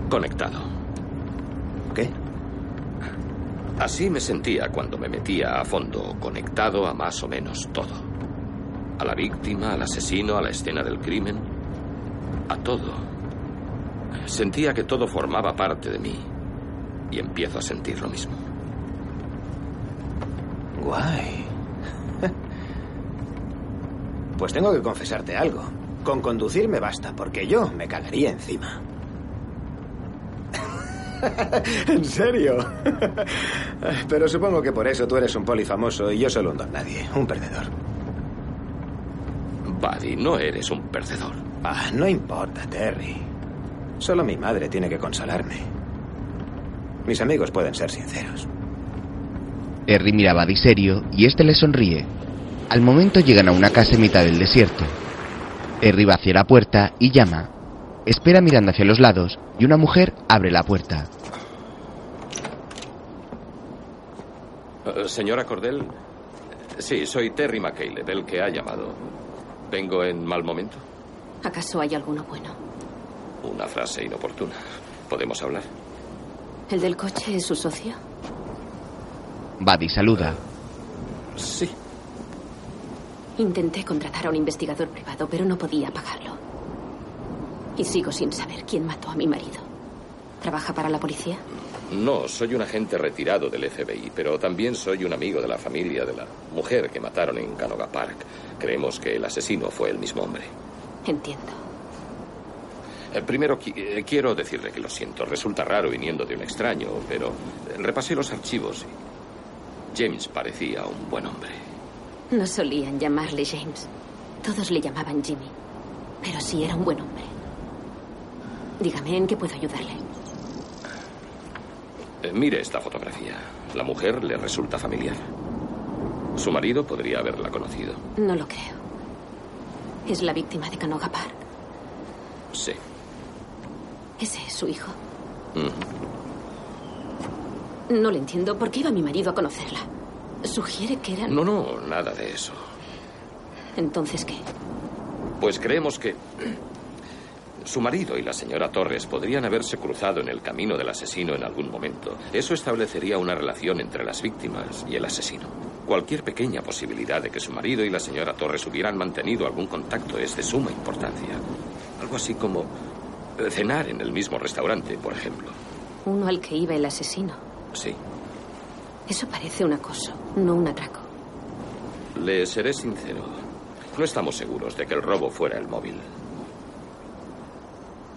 S4: Conectado.
S9: ¿Qué?
S4: Así me sentía cuando me metía a fondo, conectado a más o menos todo. A la víctima, al asesino, a la escena del crimen, a todo. Sentía que todo formaba parte de mí y empiezo a sentir lo mismo.
S9: Guay. Pues tengo que confesarte algo. Con conducir me basta, porque yo me cagaría encima. ¿En serio? Pero supongo que por eso tú eres un poli famoso y yo solo un don nadie, un perdedor.
S4: Buddy, no eres un perdedor.
S9: Ah, no importa, Terry. Solo mi madre tiene que consolarme. Mis amigos pueden ser sinceros.
S1: Terry mira a Buddy serio y este le sonríe. Al momento llegan a una casa en mitad del desierto. Terry va hacia la puerta y llama. Espera mirando hacia los lados y una mujer abre la puerta.
S4: Eh, Señora Cordell, sí, soy Terry McCaleb, el que ha llamado. ¿Vengo en mal momento?
S6: ¿Acaso hay alguno bueno?
S4: Una frase inoportuna. ¿Podemos hablar?
S6: ¿El del coche es su socio?
S1: Buddy saluda.
S4: Sí.
S6: Intenté contratar a un investigador privado, pero no podía pagarlo. Y sigo sin saber quién mató a mi marido. ¿Trabaja para la policía?
S4: No, soy un agente retirado del FBI, pero también soy un amigo de la familia de la mujer que mataron en Canoga Park. Creemos que el asesino fue el mismo hombre.
S6: Entiendo.
S4: Eh, Primero qui- eh, quiero decirle que lo siento. Resulta raro viniendo de un extraño, pero eh, repasé los archivos y James parecía un buen hombre.
S6: No solían llamarle James. Todos le llamaban Jimmy. Pero sí era un buen hombre. Dígame en qué puedo ayudarle.
S4: Eh, Mire esta fotografía. La mujer le resulta familiar. Su marido podría haberla conocido.
S6: No lo creo. Es la víctima de Canoga Park.
S4: Sí.
S6: Ese es su hijo.
S4: Mm.
S6: No le entiendo. ¿Por qué iba mi marido a conocerla? Sugiere que eran.
S4: No, no, nada de eso.
S6: Entonces, ¿qué?
S4: Pues creemos que su marido y la señora Torres podrían haberse cruzado en el camino del asesino en algún momento. Eso establecería una relación entre las víctimas y el asesino. Cualquier pequeña posibilidad de que su marido y la señora Torres hubieran mantenido algún contacto es de suma importancia. Algo así como eh, cenar en el mismo restaurante, por ejemplo.
S6: Uno al que iba el asesino.
S4: Sí.
S6: Eso parece un acoso, no un atraco.
S4: Le seré sincero. No estamos seguros de que el robo fuera el móvil.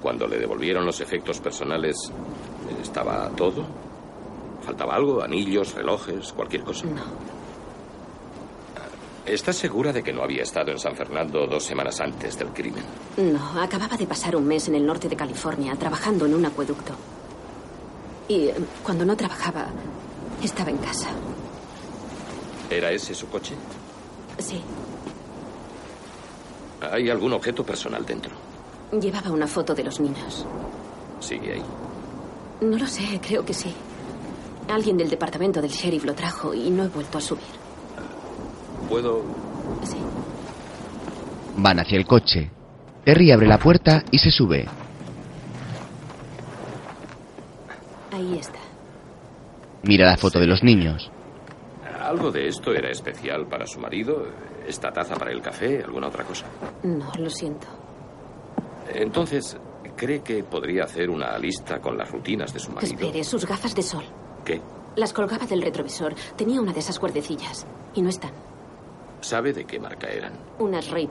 S4: Cuando le devolvieron los efectos personales, ¿estaba todo? ¿Faltaba algo? ¿Anillos, relojes, cualquier cosa?
S6: No.
S4: ¿Estás segura de que no había estado en San Fernando dos semanas antes del crimen?
S6: No, acababa de pasar un mes en el norte de California trabajando en un acueducto. Y eh, cuando no trabajaba, estaba en casa.
S4: ¿Era ese su coche?
S6: Sí,
S4: ¿Hay algún objeto personal dentro?
S6: llevaba una foto de los niños.
S4: Sigue ahí.
S6: No lo sé, creo que sí. Alguien del departamento del sheriff lo trajo y no he vuelto a subir.
S4: ¿Puedo...?
S6: Sí.
S1: Van hacia el coche. Terry abre la puerta y se sube.
S6: Ahí está.
S1: Mira la foto de los niños.
S4: ¿Algo de esto era especial para su marido? ¿Esta taza para el café? ¿Alguna otra cosa?
S6: No, lo siento.
S4: Entonces, ¿cree que podría hacer una lista con las rutinas de su
S6: Pues
S4: marido?
S6: Espere, sus gafas de sol.
S4: ¿Qué?
S6: Las colgaba del retrovisor. Tenía una de esas cuerdecillas. Y no están.
S4: ¿Sabe de qué marca eran?
S6: Unas ray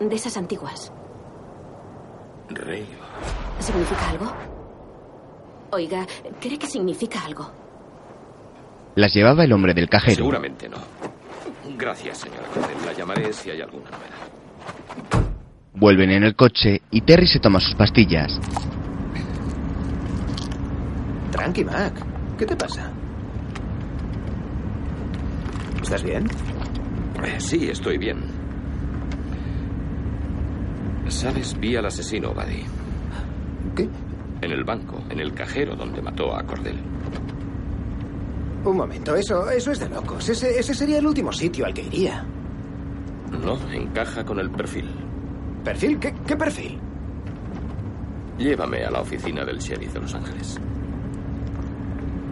S6: De esas antiguas.
S4: Rey.
S6: ¿Significa algo? Oiga, ¿cree que significa algo?
S1: Las llevaba el hombre del cajero.
S4: Seguramente no. Gracias, señora Cordell. La llamaré si hay alguna novedad.
S1: Vuelven en el coche y Terry se toma sus pastillas.
S9: Tranqui, Mac. ¿Qué te pasa? ¿Estás bien?
S4: Eh, Sí, estoy bien. ¿Sabes? Vi al asesino, Buddy.
S9: ¿Qué?
S4: En el banco, en el cajero donde mató a Cordell.
S9: Un momento, eso, eso es de locos. Ese, ese sería el último sitio al que iría.
S4: No, encaja con el perfil.
S9: ¿Perfil? ¿Qué, qué perfil?
S4: Llévame a la oficina del sheriff de Los Ángeles.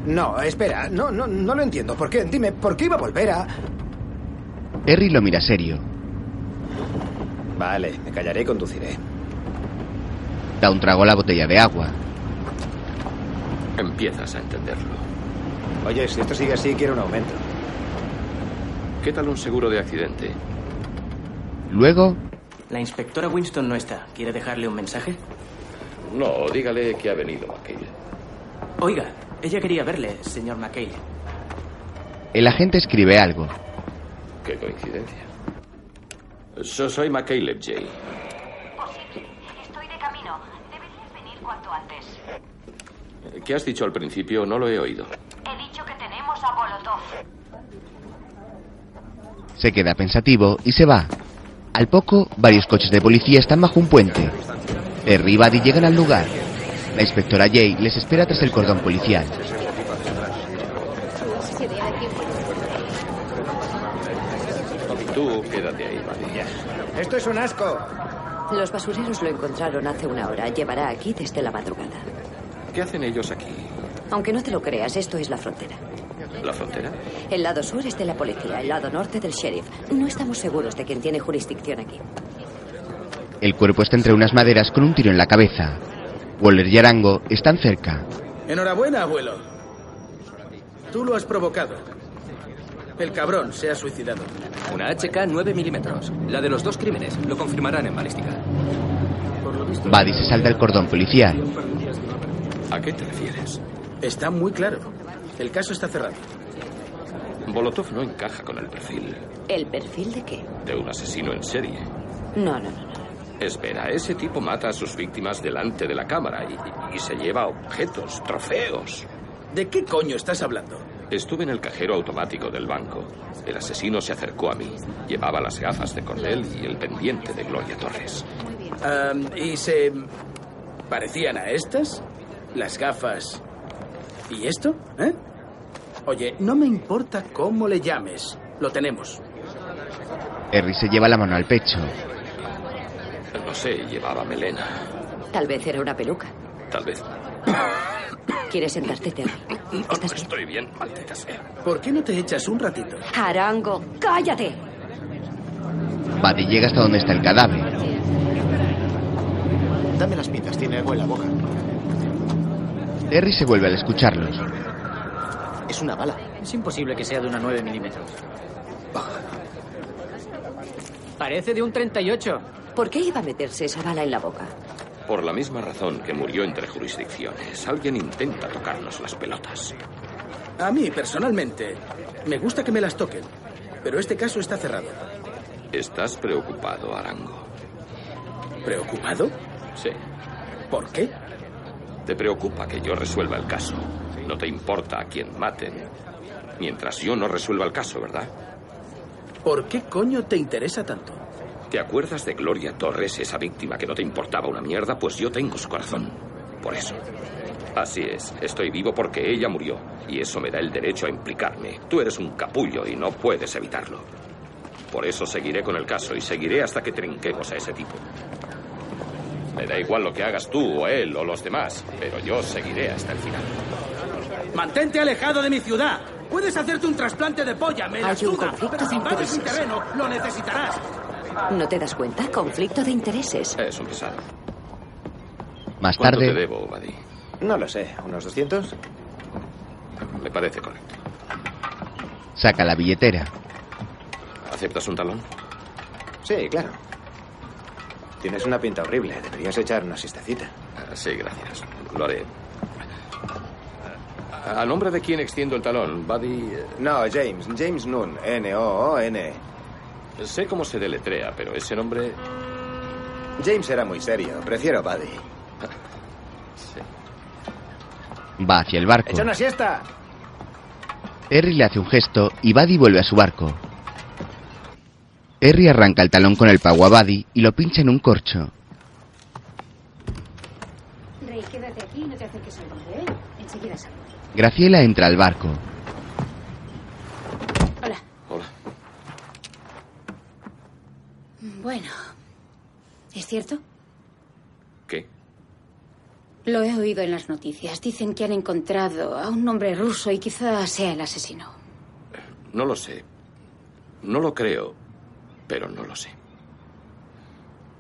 S9: No, espera, no, no, no lo entiendo. ¿Por qué? Dime, ¿por qué iba a volver a...?
S1: Terry lo mira serio.
S9: Vale, me callaré y conduciré.
S1: Da un trago a la botella de agua.
S4: Empiezas a entenderlo.
S9: Oye, si esto sigue así, quiero un aumento.
S4: ¿Qué tal un seguro de accidente?
S1: Luego,
S2: La inspectora Winston no está. ¿Quiere dejarle un mensaje?
S4: No, dígale que ha venido McKay.
S2: Oiga, ella quería verle, señor McKay.
S1: el agente escribe algo.
S4: Qué coincidencia. Yo soy McCaleb J.
S19: Estoy de camino. Deberías venir cuanto antes.
S4: ¿Qué has dicho al principio? No lo he oído.
S19: He dicho que tenemos a Bolotov.
S1: Se queda pensativo y se va. Al poco, varios coches de policía están bajo un puente. Terry y Buddy llegan al lugar. La inspectora Jay les espera tras el cordón policial.
S4: Tú quédate ahí, Buddy.
S9: Esto es un asco.
S14: Los basureros lo encontraron hace una hora. Llevará aquí desde la madrugada.
S4: ¿Qué hacen ellos aquí?
S14: Aunque no te lo creas, esto es la frontera.
S4: ¿La frontera?
S14: El lado sur es de la policía, el lado norte del sheriff. No estamos seguros de quién tiene jurisdicción aquí.
S1: El cuerpo está entre unas maderas con un tiro en la cabeza. Waller y Arango están cerca.
S2: Enhorabuena, abuelo. Tú lo has provocado. El cabrón se ha suicidado.
S20: Una HK 9 milímetros. La de los dos crímenes. Lo confirmarán en balística.
S1: Buddy se salta el cordón policial.
S4: ¿A qué te refieres?
S2: Está muy claro. El caso está cerrado.
S4: Bolotov no encaja con el perfil
S14: ¿El perfil de qué?
S4: de un asesino en serie.
S14: No, no, no.
S4: Espera, ese tipo mata a sus víctimas delante de la cámara y, y se lleva objetos, trofeos.
S2: ¿De qué coño estás hablando?
S4: Estuve en el cajero automático del banco. El asesino se acercó a mí. Llevaba las gafas de Cornell y el pendiente de Gloria Torres.
S2: Ah, ¿Y se parecían a estas? Las gafas. ¿Y esto? ¿Eh? Oye, no me importa cómo le llames. Lo tenemos.
S1: Terry se lleva la mano al pecho.
S4: No sé, llevaba melena.
S14: Tal vez era una peluca.
S4: Tal vez.
S14: ¿Quieres sentarte, Terry? ¿Estás bien?
S4: Pues Estoy bien, maldita sea.
S2: ¿Por qué no te echas un ratito?
S14: Arango, cállate.
S1: Buddy llega hasta donde está el cadáver.
S13: Dame las pintas, tiene algo en la boca.
S1: Terry se vuelve al escucharlos.
S13: Es una bala.
S20: Es imposible que sea de una 9 milímetros. Parece de un 38.
S14: ¿Por qué iba a meterse esa bala en la boca?
S4: Por la misma razón que murió entre jurisdicciones, alguien intenta tocarnos las pelotas.
S2: A mí, personalmente, me gusta que me las toquen. Pero este caso está cerrado.
S4: ¿Estás preocupado, Arango?
S2: ¿Preocupado?
S4: Sí.
S2: ¿Por qué?
S4: Te preocupa que yo resuelva el caso. No te importa a quién maten. Mientras yo no resuelva el caso, ¿verdad?
S2: ¿Por qué coño te interesa tanto?
S4: ¿Te acuerdas de Gloria Torres, esa víctima que no te importaba una mierda? Pues yo tengo su corazón. Por eso. Así es, estoy vivo porque ella murió. Y eso me da el derecho a implicarme. Tú eres un capullo y no puedes evitarlo. Por eso seguiré con el caso y seguiré hasta que trinquemos a ese tipo. Me da igual lo que hagas tú o él o los demás, pero yo seguiré hasta el final.
S2: Mantente alejado de mi ciudad. Puedes hacerte un trasplante de polla, me la
S14: Hay un
S2: suda,
S14: conflicto
S2: pero si
S14: de
S2: invades mi
S14: intereses.
S2: terreno, lo necesitarás.
S14: ¿No te das cuenta? Conflicto de intereses.
S4: Es un pesado.
S1: Más
S4: ¿Cuánto
S1: tarde,
S4: te debo, Buddy?
S9: No lo sé, ¿unos 200?
S4: Me parece correcto.
S1: saca la billetera.
S4: ¿Aceptas un talón?
S9: Sí, claro. Tienes una pinta horrible, deberías echar una siestecita.
S4: Ah, Sí, gracias. Lo haré. ¿A nombre de quién extiendo el talón, Buddy? eh,
S9: No, James, James Noon, N-O-O-N.
S4: Sé cómo se deletrea, pero ese Este nombre...
S9: James era muy serio, prefiero Buddy.
S1: Va hacia el barco.
S9: ¡Echa una siesta!
S1: Terry le hace un gesto y Buddy vuelve a su barco. Terry arranca el talón con el pago a Buddy y lo pincha en un corcho.
S10: Rey, quédate aquí no te acerques al hombre, ¿eh? Enseguida salgo.
S1: Graciela entra al barco.
S10: Hola.
S4: Hola.
S10: Bueno. ¿Es cierto?
S4: ¿Qué?
S10: Lo he oído en las noticias. Dicen que han encontrado a un hombre ruso y quizá sea el asesino.
S4: No lo sé. No lo creo, pero no lo sé.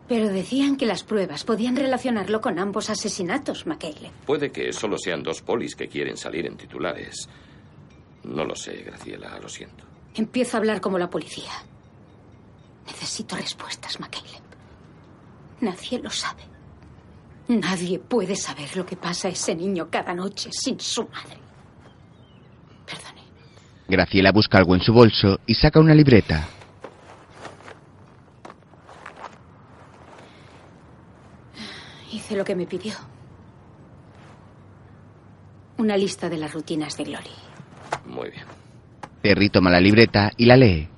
S10: Pero decían que las pruebas podían relacionarlo con ambos asesinatos, McKayle.
S4: Puede que solo sean dos polis que quieren salir en titulares. No lo sé, Graciela, lo siento.
S10: Empieza a hablar como la policía. Necesito respuestas, McCaleb. Nadie lo sabe. Nadie puede saber lo que pasa a ese niño cada noche sin su madre.
S1: Graciela busca algo en su bolso y saca una libreta.
S10: Hice lo que me pidió. Una lista de las rutinas de Glory.
S4: Muy bien.
S1: Terry toma la libreta y la lee.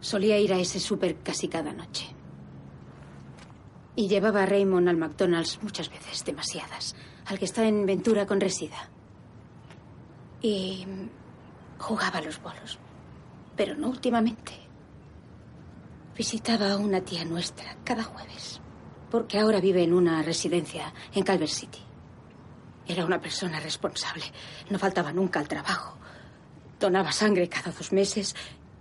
S10: Solía ir a ese súper casi cada noche. Y llevaba a Raymond al McDonald's muchas veces, demasiadas, al que está en Ventura con Resida. Y jugaba a los bolos. Pero no últimamente. Visitaba a una tía nuestra cada jueves, porque ahora vive en una residencia en Calvert City. Era una persona responsable, no faltaba nunca al trabajo. Donaba sangre cada dos meses,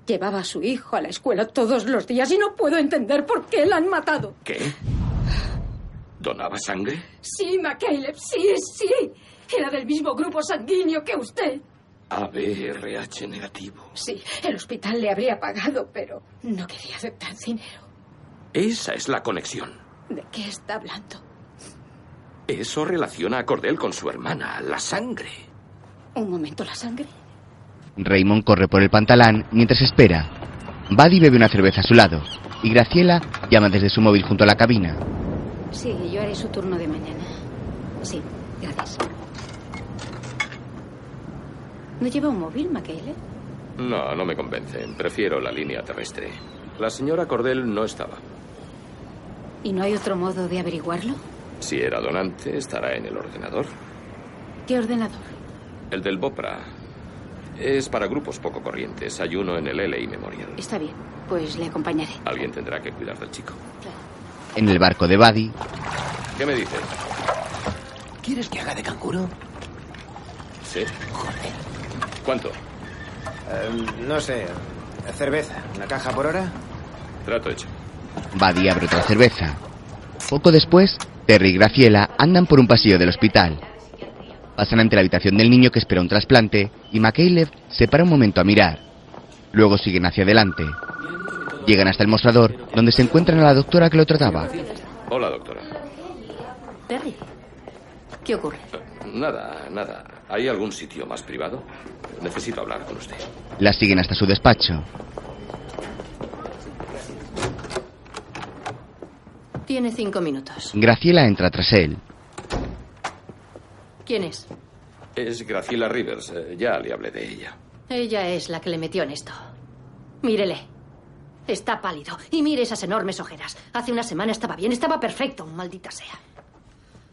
S10: llevaba a su hijo a la escuela todos los días y no puedo entender por qué la han matado.
S4: ¿Qué? ¿Donaba sangre?
S10: Sí, McCaleb, sí, sí. Era del mismo grupo sanguíneo que usted.
S4: ABRH negativo.
S10: Sí, el hospital le habría pagado, pero no quería aceptar dinero.
S4: Esa es la conexión.
S10: ¿De qué está hablando?
S4: Eso relaciona a Cordell con su hermana, la sangre.
S10: Un momento, la sangre.
S1: Raymond corre por el pantalán mientras espera. Buddy bebe una cerveza a su lado y Graciela llama desde su móvil junto a la cabina.
S10: Sí, yo haré su turno de mañana. Sí, gracias. ¿No lleva un móvil, McKaylee?
S4: No, no me convence. Prefiero la línea terrestre. La señora Cordell no estaba.
S10: ¿Y no hay otro modo de averiguarlo?
S4: Si era donante, estará en el ordenador.
S10: ¿Qué ordenador?
S4: El del Bopra. Es para grupos poco corrientes. Hay uno en el LA Memorial.
S10: Está bien, pues le acompañaré.
S4: Alguien tendrá que cuidar del chico.
S1: En el barco de Buddy,
S4: ¿Qué me dices?
S9: ¿Quieres que haga de canguro?
S4: Sí. ¿Cuánto?
S9: Em, no sé. Cerveza. ¿Una caja por hora?
S4: Trato hecho.
S1: Buddy abre otra cerveza. Poco después, Terry y Graciela andan por un pasillo del hospital. Pasan ante la habitación del niño que espera un trasplante y McCaleb se para un momento a mirar. Luego siguen hacia adelante. Llegan hasta el mostrador, donde se encuentran a la doctora que lo trataba.
S4: Hola, doctora.
S5: Terry, ¿qué ocurre?
S4: Nada, nada. ¿Hay algún sitio más privado? Necesito hablar con usted.
S1: La siguen hasta su despacho.
S8: Tiene cinco minutos.
S1: Graciela entra tras él.
S8: ¿Quién es?
S4: Es Graciela Rivers. eh, Ya le hablé de ella.
S8: Ella es la que le metió en esto. Mírele. Está pálido. Y mire esas enormes ojeras. Hace una semana estaba bien, estaba perfecto, maldita sea.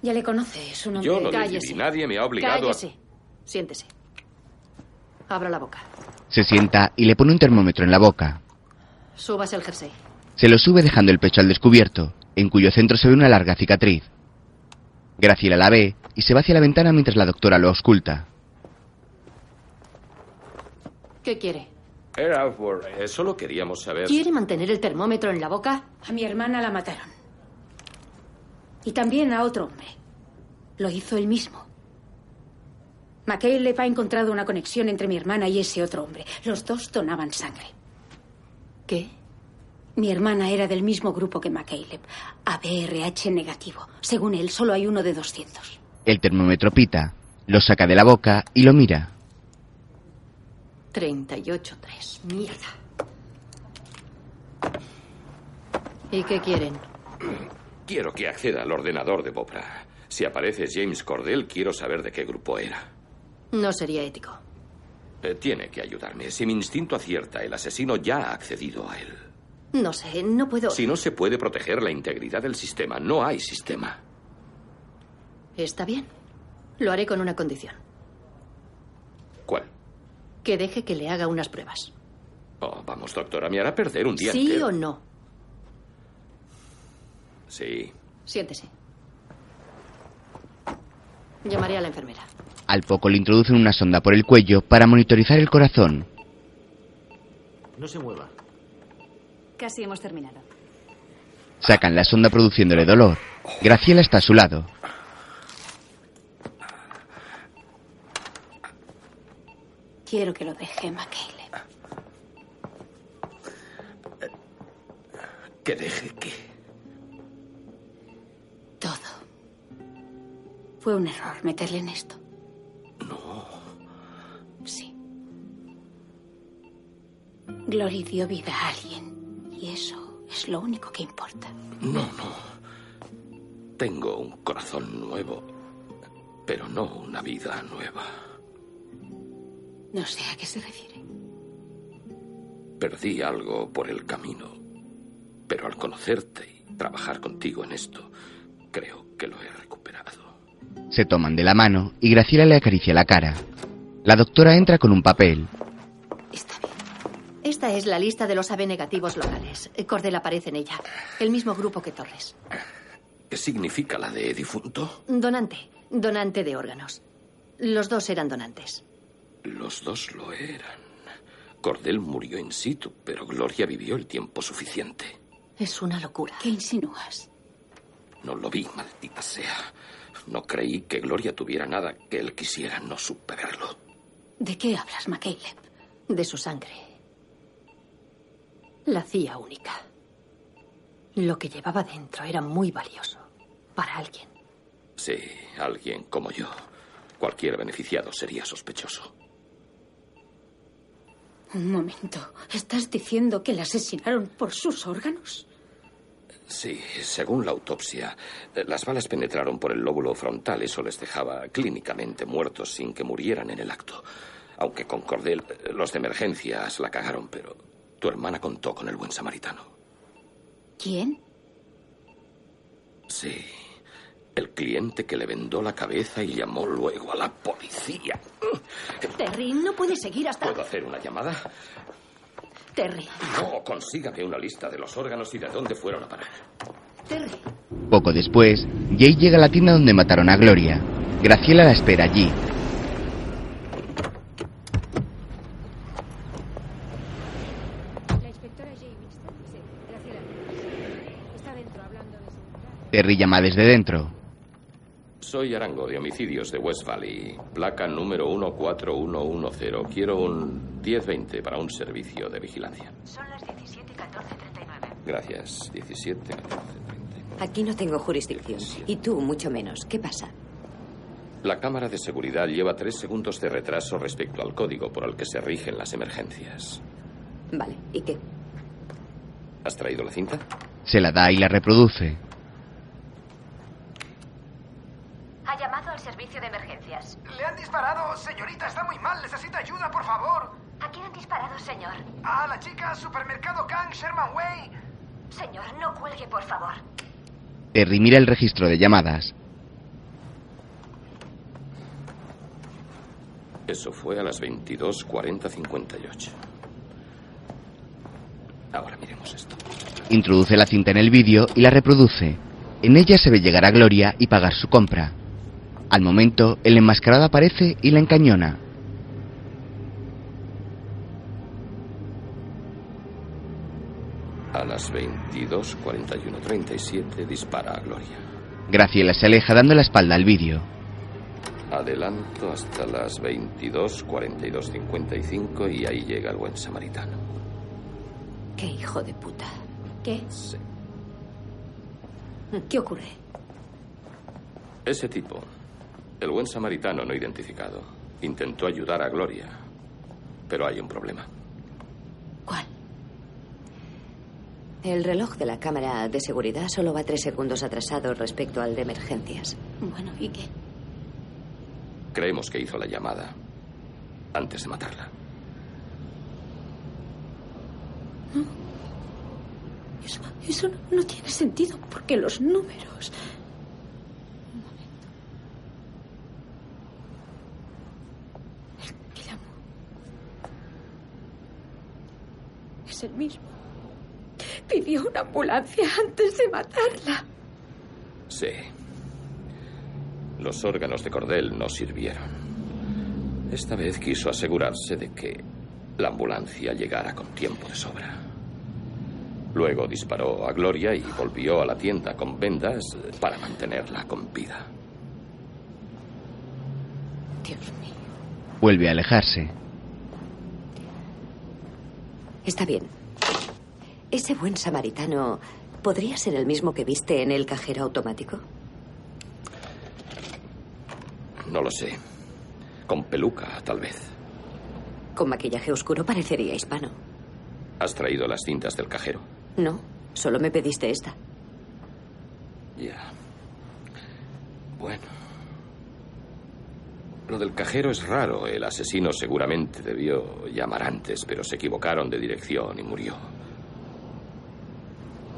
S10: Ya le conoce, es un hombre...
S4: Yo no decidí.
S8: Cállese.
S4: Nadie me ha obligado a...
S8: Cállese. Siéntese. Abra la boca.
S1: Se sienta y le pone un termómetro en la boca.
S8: Súbase el jersey.
S1: Se lo sube dejando el pecho al descubierto, en cuyo centro se ve una larga cicatriz. Graciela la ve y se va hacia la ventana mientras la doctora lo ausculta.
S8: ¿Qué quiere?
S4: Era por... eh, solo queríamos saber...
S8: ¿Quiere mantener el termómetro en la boca?
S10: A mi hermana la mataron. Y también a otro hombre. Lo hizo él mismo. McCaleb ha encontrado una conexión entre mi hermana y ese otro hombre. Los dos donaban sangre.
S8: ¿Qué?
S10: Mi hermana era del mismo grupo que McCaleb. ABRH negativo. Según él, solo hay uno de 200.
S1: El termómetro pita, lo saca de la boca y lo mira.
S8: 38-3. Mierda. ¿Y qué quieren?
S4: Quiero que acceda al ordenador de Bopra. Si aparece James Cordell, quiero saber de qué grupo era.
S8: No sería ético.
S4: Eh, tiene que ayudarme. Si mi instinto acierta, el asesino ya ha accedido a él.
S8: No sé, no puedo.
S4: Si no se puede proteger la integridad del sistema, no hay sistema.
S8: Está bien. Lo haré con una condición.
S4: ¿Cuál?
S8: Que deje que le haga unas pruebas.
S4: Oh, vamos, doctora, me hará perder un día
S8: ¿Sí
S4: entero.
S8: o no?
S4: Sí.
S8: Siéntese. Llamaré a la enfermera.
S1: Al poco le introducen una sonda por el cuello para monitorizar el corazón.
S13: No se mueva.
S21: Casi hemos terminado.
S1: Sacan la sonda produciéndole dolor. Graciela está a su lado.
S10: Quiero que lo deje, McCaleb.
S4: Que deje que...
S10: Todo. Fue un error meterle en esto. No. Sí. Glory dio vida a alguien. Y eso es lo único que importa.
S4: No, no. Tengo un corazón nuevo, pero no una vida nueva.
S10: No sé a qué se refiere.
S4: Perdí algo por el camino, pero al conocerte y trabajar contigo en esto, creo que lo he recuperado.
S1: Se toman de la mano y Graciela le acaricia la cara. La doctora entra con un papel.
S8: Esta es la lista de los AB negativos locales. Cordel aparece en ella. El mismo grupo que Torres.
S4: ¿Qué significa la de difunto?
S8: Donante. Donante de órganos. Los dos eran donantes.
S4: Los dos lo eran. Cordel murió in situ, pero Gloria vivió el tiempo suficiente.
S8: Es una locura.
S10: ¿Qué insinúas?
S4: No lo vi, maldita sea. No creí que Gloria tuviera nada que él quisiera, no supe verlo.
S10: ¿De qué hablas, McCaleb?
S8: De su sangre. La cía única. Lo que llevaba dentro era muy valioso. Para alguien.
S4: Sí, alguien como yo. Cualquier beneficiado sería sospechoso.
S10: Un momento. ¿Estás diciendo que la asesinaron por sus órganos?
S4: Sí, según la autopsia, eh, las balas penetraron por el lóbulo frontal, eso les dejaba clínicamente muertos sin que murieran en el acto. Aunque con Cordel eh, los de emergencias la cagaron, pero tu hermana contó con el buen samaritano.
S10: ¿Quién?
S4: Sí, el cliente que le vendó la cabeza y llamó luego a la policía.
S8: Terry, no puede seguir hasta.
S4: ¿Puedo hacer una llamada?
S8: Terry,
S4: No, consígame una lista de los órganos y de dónde fueron a parar.
S8: Terry.
S1: Poco después, Jay llega a la tienda donde mataron a Gloria. Graciela la espera allí.
S18: La inspectora Jay Winston. Sí, Graciela. Está dentro hablando de
S1: Terry llama desde dentro.
S4: Soy Arango de Homicidios de West Valley, placa número 14110. Quiero un 1020 para un servicio de vigilancia.
S18: Son las 17.14.39.
S4: Gracias. 17.
S14: Aquí no tengo jurisdicción. Y tú, mucho menos. ¿Qué pasa?
S4: La cámara de seguridad lleva tres segundos de retraso respecto al código por el que se rigen las emergencias.
S14: Vale, ¿y qué?
S4: ¿Has traído la cinta?
S1: Se la da y la reproduce.
S18: Ha llamado al servicio de emergencias.
S22: Le han disparado, señorita, está muy mal, necesita ayuda, por favor.
S18: ¿A quién han disparado, señor?
S22: A la chica, supermercado Gang, Sherman Way.
S18: Señor, no cuelgue, por favor.
S1: Terry mira el registro de llamadas.
S4: Eso fue a las 22.40.58. Ahora miremos esto.
S1: Introduce la cinta en el vídeo y la reproduce. En ella se ve llegar a Gloria y pagar su compra. Al momento, el enmascarado aparece y la encañona.
S4: A las 22.41.37 dispara a Gloria.
S1: Graciela se aleja dando la espalda al vídeo.
S4: Adelanto hasta las 22.42.55 y ahí llega el buen samaritano.
S14: ¿Qué hijo de puta?
S10: ¿Qué?
S14: ¿Qué ocurre?
S4: Ese tipo, el buen samaritano no identificado, intentó ayudar a Gloria, pero hay un problema.
S14: El reloj de la cámara de seguridad solo va tres segundos atrasado respecto al de emergencias.
S10: Bueno, ¿y qué?
S4: Creemos que hizo la llamada antes de matarla.
S10: Eso, eso no, no tiene sentido porque los números. Un momento. El que llamó es el mismo. Pidió una ambulancia antes de matarla.
S4: Sí. Los órganos de cordel no sirvieron. Esta vez quiso asegurarse de que la ambulancia llegara con tiempo de sobra. Luego disparó a Gloria y volvió a la tienda con vendas eh, para mantenerla con vida.
S1: Vuelve a alejarse.
S14: Está bien. ¿Ese buen samaritano podría ser el mismo que viste en el cajero automático?
S4: No lo sé. Con peluca, tal vez.
S14: Con maquillaje oscuro parecería hispano.
S4: ¿Has traído las cintas del cajero?
S14: No, solo me pediste esta.
S4: Ya. Bueno. Lo del cajero es raro. El asesino seguramente debió llamar antes, pero se equivocaron de dirección y murió.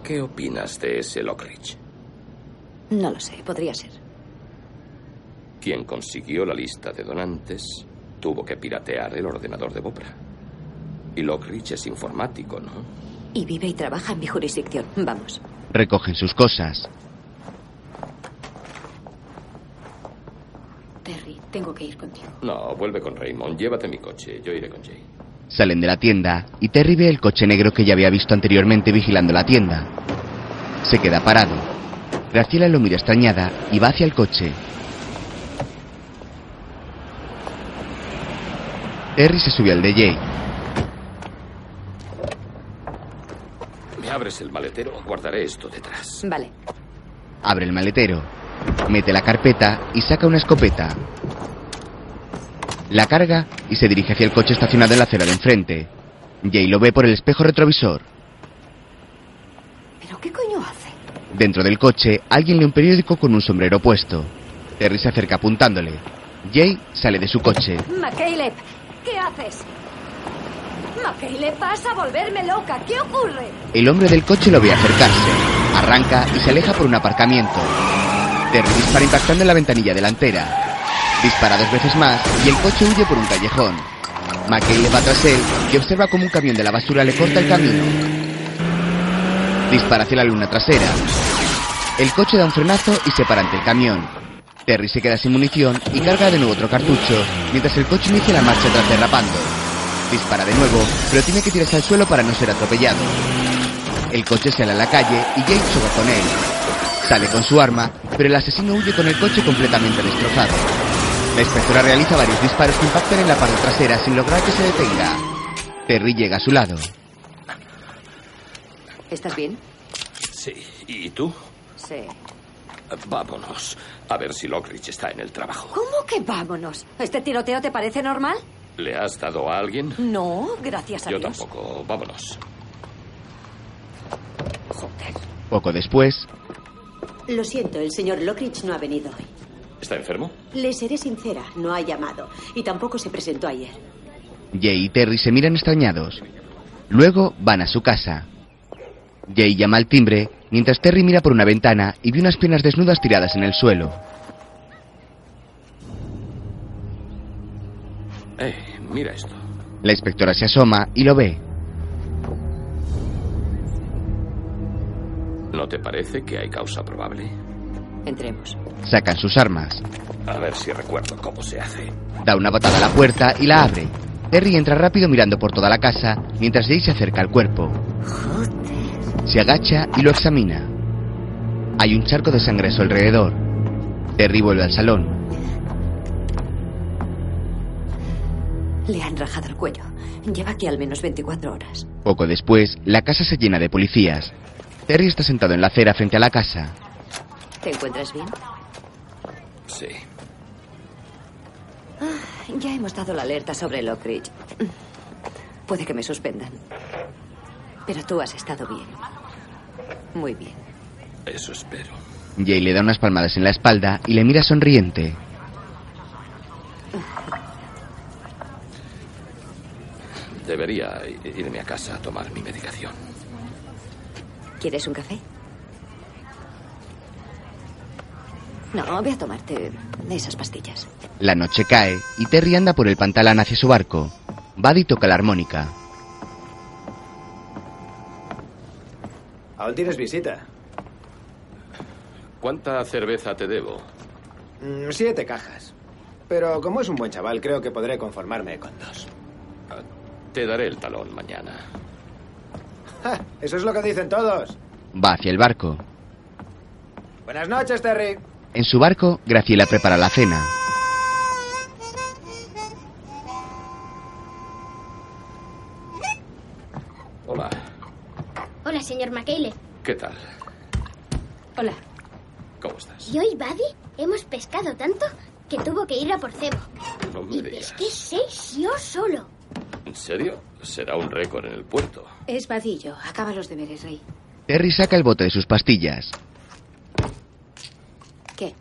S4: ¿Qué opinas de ese Lockridge?
S14: No lo sé, podría ser.
S4: Quien consiguió la lista de donantes tuvo que piratear el ordenador de Bopra. Y Lockridge es informático, ¿no?
S14: Y vive y trabaja en mi jurisdicción. Vamos.
S1: Recogen sus cosas.
S10: Terry, tengo que ir contigo.
S4: No, vuelve con Raymond. Llévate mi coche. Yo iré con Jay.
S1: Salen de la tienda y Terry ve el coche negro que ya había visto anteriormente vigilando la tienda. Se queda parado. Graciela lo mira extrañada y va hacia el coche. Terry se sube al de Jay.
S4: ¿Me abres el maletero? Guardaré esto detrás.
S14: Vale.
S1: Abre el maletero, mete la carpeta y saca una escopeta. La carga y se dirige hacia el coche estacionado en la acera de enfrente. Jay lo ve por el espejo retrovisor.
S14: ¿Pero qué coño hace?
S1: Dentro del coche, alguien lee un periódico con un sombrero puesto. Terry se acerca apuntándole. Jay sale de su coche.
S5: McCaleb, ¿qué haces? McCaleb, vas a volverme loca. ¿Qué ocurre?
S1: El hombre del coche lo ve acercarse. Arranca y se aleja por un aparcamiento. Terry dispara impactando en la ventanilla delantera. Dispara dos veces más y el coche huye por un callejón. McKay le va tras él y observa como un camión de la basura le corta el camino. Dispara hacia la luna trasera. El coche da un frenazo y se para ante el camión. Terry se queda sin munición y carga de nuevo otro cartucho, mientras el coche inicia la marcha tras derrapando. Dispara de nuevo, pero tiene que tirarse al suelo para no ser atropellado. El coche sale a la calle y Jake choca con él. Sale con su arma, pero el asesino huye con el coche completamente destrozado. La inspectora realiza varios disparos que impactan en la parte trasera sin lograr que se detenga. Terry llega a su lado.
S14: ¿Estás bien?
S4: Sí. ¿Y tú?
S14: Sí.
S4: Vámonos. A ver si Lockridge está en el trabajo.
S14: ¿Cómo que vámonos? ¿Este tiroteo te parece normal?
S4: ¿Le has dado a alguien?
S14: No, gracias a
S4: Yo
S14: Dios.
S4: tampoco. Vámonos.
S14: Joder.
S1: Poco después,
S6: Lo siento, el señor Lockridge no ha venido hoy.
S4: ¿Está enfermo?
S6: Le seré sincera, no ha llamado y tampoco se presentó ayer.
S1: Jay y Terry se miran extrañados. Luego van a su casa. Jay llama al timbre, mientras Terry mira por una ventana y ve unas piernas desnudas tiradas en el suelo.
S4: Eh, mira esto.
S1: La inspectora se asoma y lo ve.
S4: ¿No te parece que hay causa probable?
S14: Entremos.
S1: Sacan sus armas.
S4: A ver si recuerdo cómo se hace.
S1: Da una patada a la puerta y la abre. Terry entra rápido mirando por toda la casa, mientras Jay se acerca al cuerpo. Se agacha y lo examina. Hay un charco de sangre a su alrededor. Terry vuelve al salón.
S14: Le han rajado el cuello. Lleva aquí al menos 24 horas.
S1: Poco después, la casa se llena de policías. Terry está sentado en la acera frente a la casa.
S14: ¿Te encuentras bien?
S4: Sí.
S14: Ah, ya hemos dado la alerta sobre Lockridge. Puede que me suspendan. Pero tú has estado bien. Muy bien.
S4: Eso espero.
S1: Jay le da unas palmadas en la espalda y le mira sonriente.
S4: Debería i- irme a casa a tomar mi medicación.
S14: ¿Quieres un café? No, voy a tomarte esas pastillas.
S1: La noche cae y Terry anda por el pantalán hacia su barco. Buddy toca la armónica.
S9: Aún tienes visita.
S4: ¿Cuánta cerveza te debo?
S9: Mm, siete cajas. Pero como es un buen chaval, creo que podré conformarme con dos.
S4: Te daré el talón mañana.
S9: ¡Ja! Eso es lo que dicen todos.
S1: Va hacia el barco.
S9: Buenas noches, Terry.
S1: En su barco, Graciela prepara la cena.
S4: Hola,
S23: Hola, señor McKayle.
S4: ¿qué tal?
S23: Hola.
S4: ¿Cómo estás?
S23: Yo y Buddy hemos pescado tanto que tuvo que ir a por cebo.
S4: No me
S23: Y
S4: digas.
S23: pesqué seis yo solo.
S4: ¿En serio? Será un récord en el puerto.
S10: Es vadillo. Acaba los deberes, Rey.
S1: Terry saca el bote de sus pastillas.
S10: ¿Qué?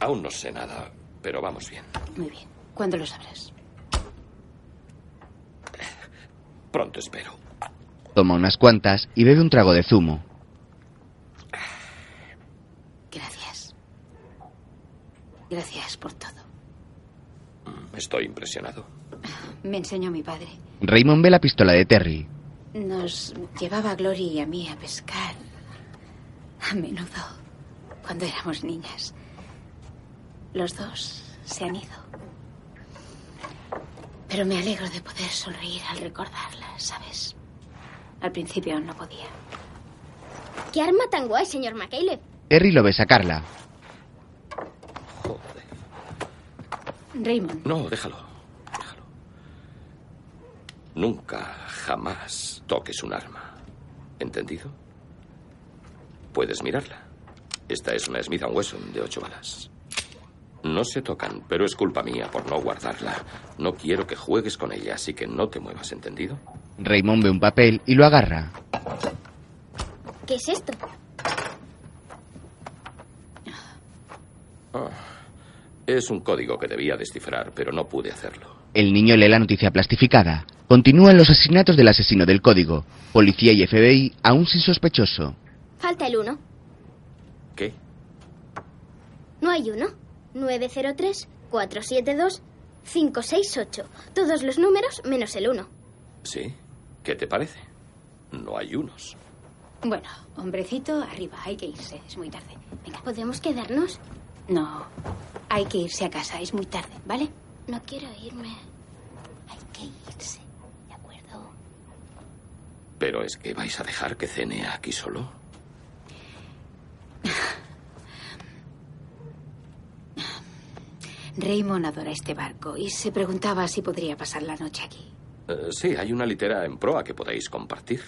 S4: Aún no sé nada, pero vamos bien.
S10: Muy bien. ¿Cuándo lo sabrás?
S4: Pronto espero.
S1: Toma unas cuantas y bebe un trago de zumo.
S10: Gracias. Gracias por todo.
S4: Estoy impresionado.
S10: Me enseñó mi padre.
S1: Raymond ve la pistola de Terry.
S10: Nos llevaba a Glory y a mí a pescar. A menudo, cuando éramos niñas. Los dos se han ido. Pero me alegro de poder sonreír al recordarlas, ¿sabes? Al principio no podía.
S23: ¿Qué arma tan guay, señor McCaleb?
S1: Terry lo ve sacarla.
S10: Raymond,
S4: No, déjalo. déjalo. Nunca, jamás toques un arma. ¿Entendido? Puedes mirarla. Esta es una Smith Wesson de ocho balas. No se tocan, pero es culpa mía por no guardarla. No quiero que juegues con ella, así que no te muevas, ¿entendido?
S1: Raymond ve un papel y lo agarra.
S23: ¿Qué es esto?
S4: Ah, es un código que debía descifrar, pero no pude hacerlo.
S1: El niño lee la noticia plastificada. Continúan los asesinatos del asesino del código. Policía y FBI aún sin sospechoso.
S23: Falta el 1.
S4: ¿Qué?
S23: No hay uno. 903-472-568. Todos los números menos el 1.
S4: ¿Sí? ¿Qué te parece? No hay unos.
S10: Bueno, hombrecito, arriba, hay que irse, es muy tarde. Venga.
S23: ¿Podemos quedarnos?
S10: No, hay que irse a casa, es muy tarde, ¿vale?
S23: No quiero irme.
S10: Hay que irse, ¿de acuerdo?
S4: Pero es que vais a dejar que cene aquí solo.
S10: Raymond adora este barco y se preguntaba si podría pasar la noche aquí.
S4: Eh, sí, hay una litera en proa que podéis compartir.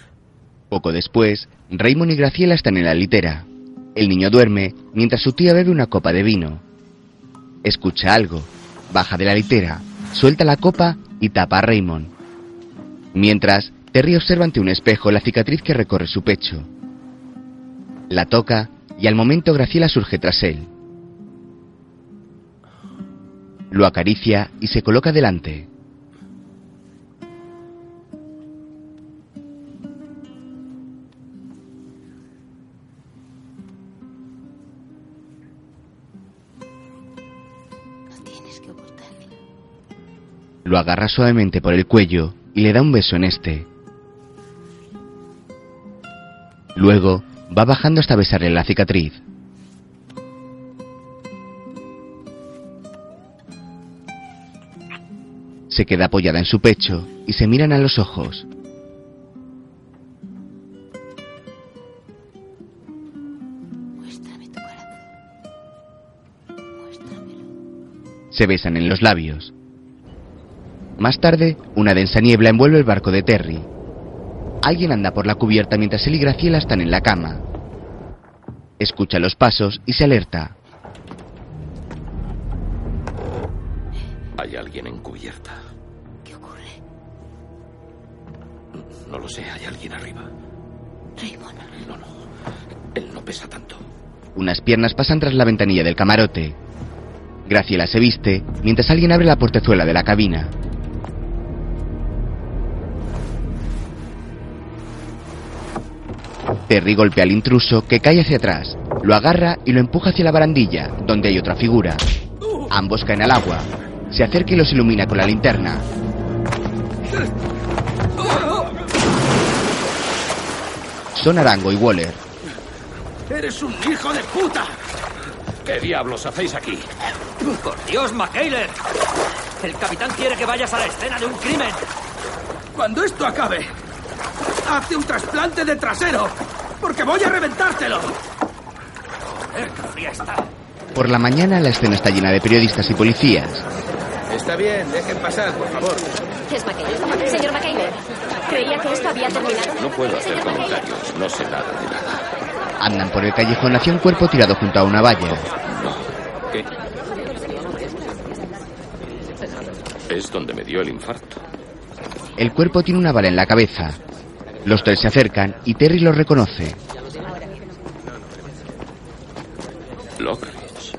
S1: Poco después, Raymond y Graciela están en la litera. El niño duerme mientras su tía bebe una copa de vino. Escucha algo, baja de la litera, suelta la copa y tapa a Raymond. Mientras, Terry observa ante un espejo la cicatriz que recorre su pecho. La toca y al momento Graciela surge tras él. Lo acaricia y se coloca delante. Lo agarra suavemente por el cuello y le da un beso en este. Luego va bajando hasta besarle la cicatriz. Se queda apoyada en su pecho y se miran a los ojos. Se besan en los labios. Más tarde, una densa niebla envuelve el barco de Terry. Alguien anda por la cubierta mientras él y Graciela están en la cama. Escucha los pasos y se alerta.
S4: Hay alguien encubierta. ¿Qué ocurre? No lo sé, hay alguien arriba. Raymond. No, no. Él no pesa tanto.
S1: Unas piernas pasan tras la ventanilla del camarote. Graciela se viste mientras alguien abre la portezuela de la cabina. Terry golpea al intruso que cae hacia atrás, lo agarra y lo empuja hacia la barandilla, donde hay otra figura. Ambos caen al agua. Se acerca y los ilumina con la linterna. Son Arango y Waller.
S2: ¡Eres un hijo de puta!
S4: ¿Qué diablos hacéis aquí?
S11: Por Dios, McKayler. El capitán quiere que vayas a la escena de un crimen.
S2: Cuando esto acabe, hazte un trasplante de trasero, porque voy a reventártelo.
S11: Eh,
S1: Por la mañana la escena está llena de periodistas y policías.
S2: Está bien, dejen pasar, por favor.
S5: ¿Qué es McKayler? Señor McKayler, creía que esto había terminado.
S4: No puedo hacer comentarios, no sé nada de nada.
S1: Andan por el callejón hacia un cuerpo tirado junto a una valla.
S4: ¿Qué? Es donde me dio el infarto.
S1: El cuerpo tiene una bala en la cabeza. Los tres se acercan y Terry los reconoce.
S4: Lockridge.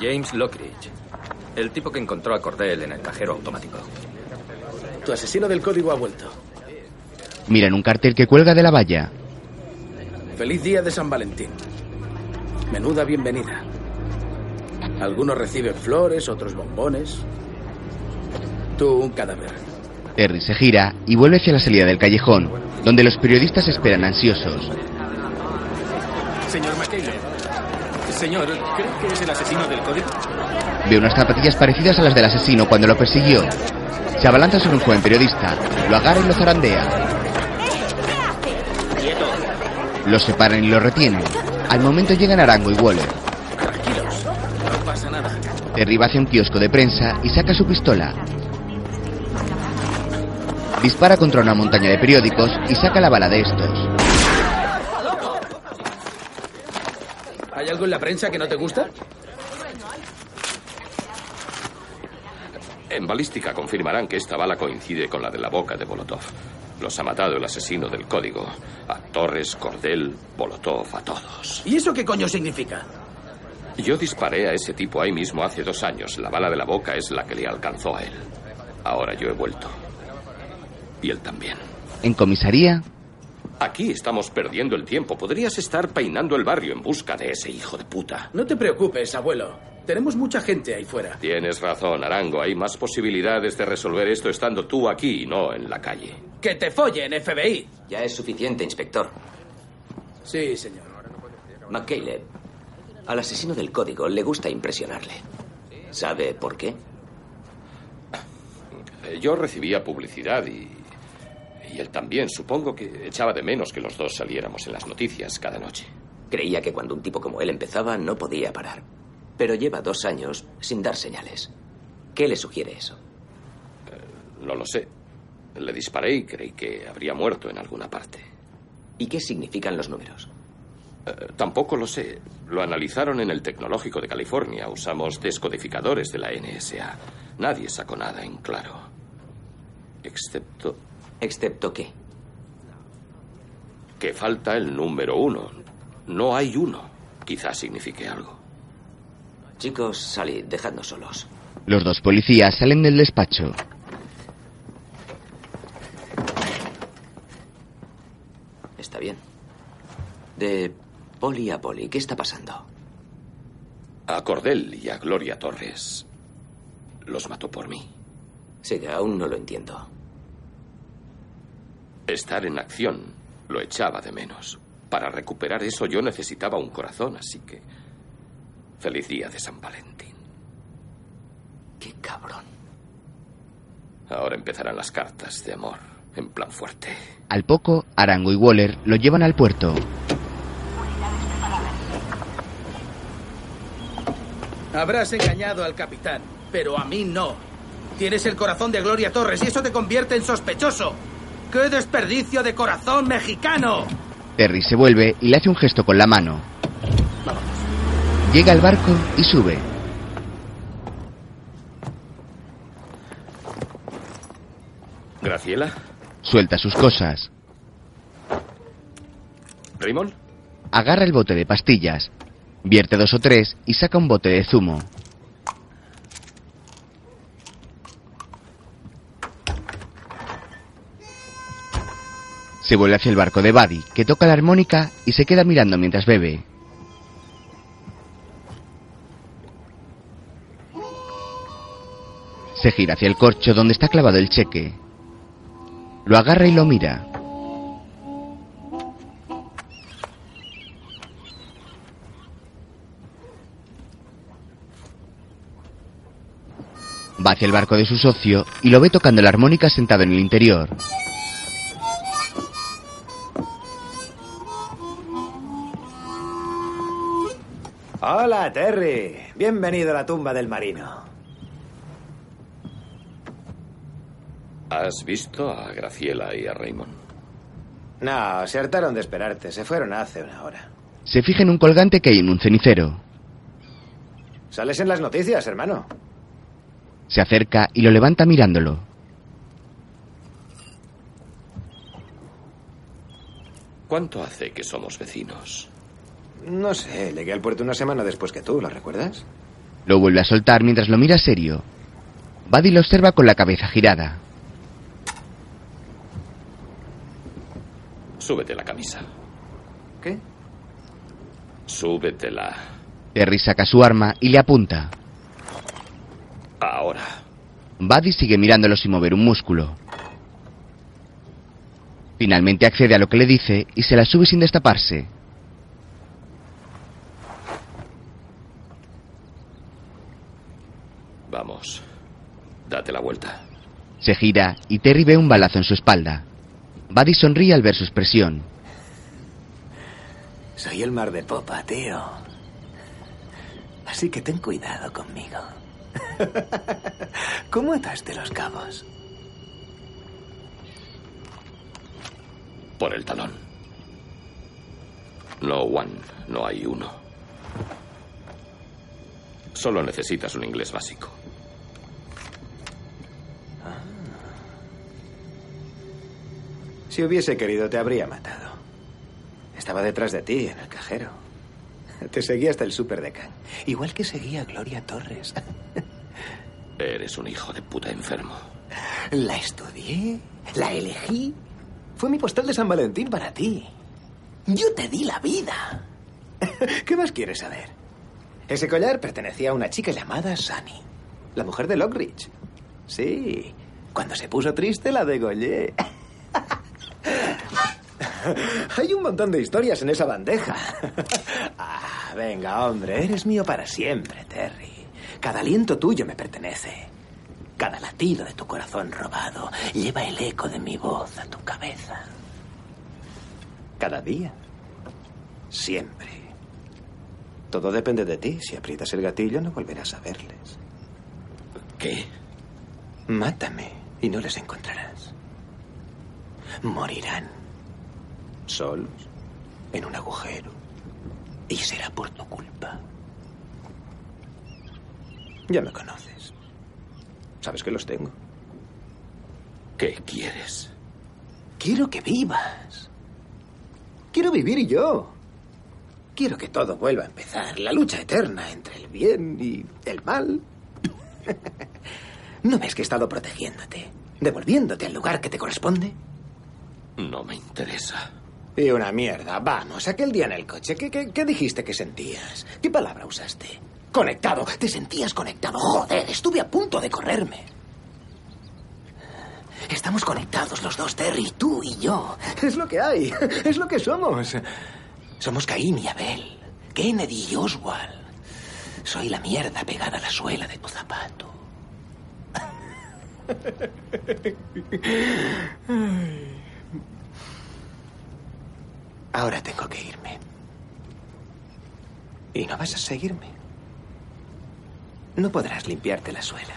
S20: James Lockridge, el tipo que encontró a Cordell en el cajero automático.
S2: Tu asesino del código ha vuelto.
S1: Miran un cartel que cuelga de la valla.
S2: Feliz día de San Valentín. Menuda bienvenida. Algunos reciben flores, otros bombones. Tú un cadáver.
S1: Terry se gira y vuelve hacia la salida del callejón, donde los periodistas esperan ansiosos.
S3: Señor McKaylor. Señor, ¿cree que es el asesino del código?
S1: Ve unas zapatillas parecidas a las del asesino cuando lo persiguió. Se abalanza sobre un joven periodista, lo agarra y lo zarandea.
S3: Quieto.
S1: Los separan y los retienen. Al momento llegan Arango y Waller.
S3: Tranquilos. No pasa nada.
S1: Terry va hacia un kiosco de prensa y saca su pistola. Dispara contra una montaña de periódicos y saca la bala de estos.
S2: ¿Hay algo en la prensa que no te gusta?
S4: En balística confirmarán que esta bala coincide con la de la boca de Bolotov. Los ha matado el asesino del código. A Torres, Cordel, Bolotov, a todos.
S2: ¿Y eso qué coño significa?
S4: Yo disparé a ese tipo ahí mismo hace dos años. La bala de la boca es la que le alcanzó a él. Ahora yo he vuelto. Y él también.
S1: En comisaría,
S4: Aquí estamos perdiendo el tiempo. Podrías estar peinando el barrio en busca de ese hijo de puta.
S2: No te preocupes, abuelo. Tenemos mucha gente ahí fuera.
S4: Tienes razón, Arango. Hay más posibilidades de resolver esto estando tú aquí y no en la calle.
S2: ¡Que te follen, FBI!
S12: Ya es suficiente, inspector.
S2: Sí, señor.
S12: McCaleb, al asesino del código le gusta impresionarle. ¿Sabe por qué?
S4: Eh, Yo recibía publicidad y y él también, supongo que echaba de menos que los dos saliéramos en las noticias cada noche.
S12: Creía que cuando un tipo como él empezaba no podía parar. Pero lleva dos años sin dar señales. ¿Qué le sugiere eso?
S4: Eh, no lo sé. Le disparé y creí que habría muerto en alguna parte.
S12: ¿Y qué significan los números?
S4: Eh, tampoco lo sé. Lo analizaron en el Tecnológico de California. Usamos descodificadores de la NSA. Nadie sacó nada en claro. Excepto
S12: ¿Excepto qué?
S4: Que falta el número uno. No hay uno. Quizás signifique algo.
S12: Chicos, salid, dejadnos solos.
S1: Los dos policías salen del despacho.
S12: Está bien. De poli a poli, ¿qué está pasando?
S4: A Cordell y a Gloria Torres los mató por mí.
S12: Siga, sí, aún no lo entiendo.
S4: Estar en acción lo echaba de menos. Para recuperar eso yo necesitaba un corazón, así que... Feliz día de San Valentín.
S12: Qué cabrón.
S4: Ahora empezarán las cartas de amor, en plan fuerte.
S1: Al poco, Arango y Waller lo llevan al puerto.
S2: Habrás engañado al capitán, pero a mí no. Tienes el corazón de Gloria Torres y eso te convierte en sospechoso. ¡Qué desperdicio de corazón mexicano!
S1: Terry se vuelve y le hace un gesto con la mano.
S2: Vamos.
S1: Llega al barco y sube.
S4: ¿Graciela?
S1: Suelta sus cosas.
S4: ¿Raymond?
S1: Agarra el bote de pastillas, vierte dos o tres y saca un bote de zumo. Se vuelve hacia el barco de Buddy, que toca la armónica y se queda mirando mientras bebe. Se gira hacia el corcho donde está clavado el cheque. Lo agarra y lo mira. Va hacia el barco de su socio y lo ve tocando la armónica sentado en el interior.
S9: Hola, Terry. Bienvenido a la tumba del marino.
S4: ¿Has visto a Graciela y a Raymond?
S9: No, se hartaron de esperarte. Se fueron hace una hora.
S1: Se fija en un colgante que hay en un cenicero.
S9: Sales en las noticias, hermano.
S1: Se acerca y lo levanta mirándolo.
S4: ¿Cuánto hace que somos vecinos?
S9: No sé, llegué al puerto una semana después que tú, ¿lo recuerdas?
S1: Lo vuelve a soltar mientras lo mira serio. Buddy lo observa con la cabeza girada.
S4: Súbete la camisa.
S7: ¿Qué?
S4: Súbetela.
S1: Terry saca su arma y le apunta.
S4: Ahora.
S1: Buddy sigue mirándolo sin mover un músculo. Finalmente accede a lo que le dice y se la sube sin destaparse.
S4: Vamos. Date la vuelta.
S1: Se gira y Terry ve un balazo en su espalda. Buddy sonríe al ver su expresión.
S9: Soy el mar de popa, tío. Así que ten cuidado conmigo. ¿Cómo ataste los cabos?
S4: Por el talón. No one, no hay uno. Solo necesitas un inglés básico.
S9: Si hubiese querido, te habría matado. Estaba detrás de ti, en el cajero. Te seguía hasta el súper de Can. Igual que seguía a Gloria Torres.
S4: Eres un hijo de puta enfermo.
S9: La estudié, la elegí. Fue mi postal de San Valentín para ti. Yo te di la vida. ¿Qué más quieres saber? Ese collar pertenecía a una chica llamada Sunny, la mujer de Lockridge. Sí, cuando se puso triste la degollé. Hay un montón de historias en esa bandeja. Ah, venga, hombre, eres mío para siempre, Terry. Cada aliento tuyo me pertenece. Cada latido de tu corazón robado lleva el eco de mi voz a tu cabeza. Cada día. Siempre. Todo depende de ti. Si aprietas el gatillo, no volverás a verles.
S4: ¿Qué?
S9: Mátame y no les encontrarás. Morirán. Solos. En un agujero. Y será por tu culpa. Ya me conoces. Sabes que los tengo.
S4: ¿Qué quieres?
S9: Quiero que vivas. Quiero vivir yo. Quiero que todo vuelva a empezar. La lucha eterna entre el bien y el mal. ¿No ves que he estado protegiéndote? ¿Devolviéndote al lugar que te corresponde?
S4: No me interesa.
S9: Y una mierda. Vamos, aquel día en el coche, ¿qué, qué, qué dijiste que sentías? ¿Qué palabra usaste? Conectado. Te sentías conectado. Joder, estuve a punto de correrme. Estamos conectados los dos, Terry, tú y yo. Es lo que hay. Es lo que somos. Somos Caín y Abel. Kennedy y Oswald. Soy la mierda pegada a la suela de tu zapato. Ahora tengo que irme. ¿Y no vas a seguirme? No podrás limpiarte la suela.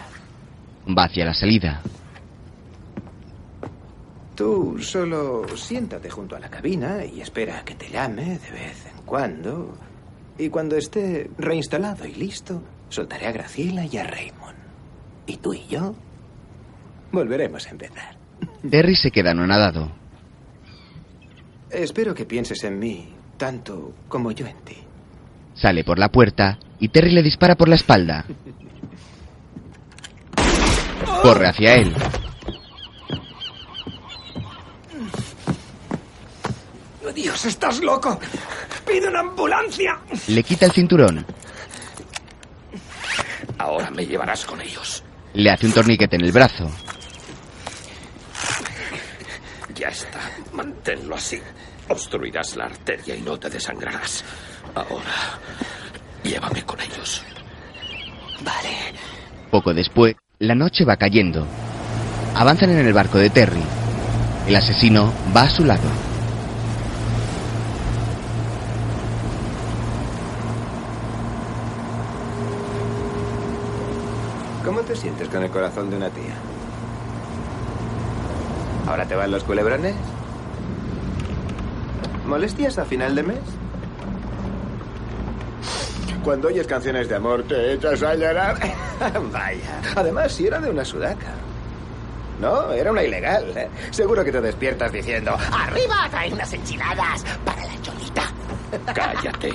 S1: Va hacia la salida.
S9: Tú solo siéntate junto a la cabina y espera a que te llame de vez en cuando. Y cuando esté reinstalado y listo, soltaré a Graciela y a Raymond. Y tú y yo volveremos a empezar.
S1: Terry se queda anonadado.
S9: Espero que pienses en mí tanto como yo en ti.
S1: Sale por la puerta y Terry le dispara por la espalda. Corre hacia él.
S9: Dios, estás loco. Pide una ambulancia.
S1: Le quita el cinturón.
S4: Ahora me llevarás con ellos.
S1: Le hace un torniquete en el brazo.
S4: Ya está. Manténlo así. Obstruirás la arteria y no te desangrarás. Ahora, llévame con ellos.
S9: Vale.
S1: Poco después, la noche va cayendo. Avanzan en el barco de Terry. El asesino va a su lado.
S9: ¿Cómo te sientes con el corazón de una tía? ¿Ahora te van los culebrones? ¿Molestias a final de mes? Cuando oyes canciones de amor te echas a llorar. Vaya. Además, si era de una sudaca. No, era una ilegal. ¿eh? Seguro que te despiertas diciendo, ¡Arriba! Trae unas enchiladas para la cholita.
S4: Cállate.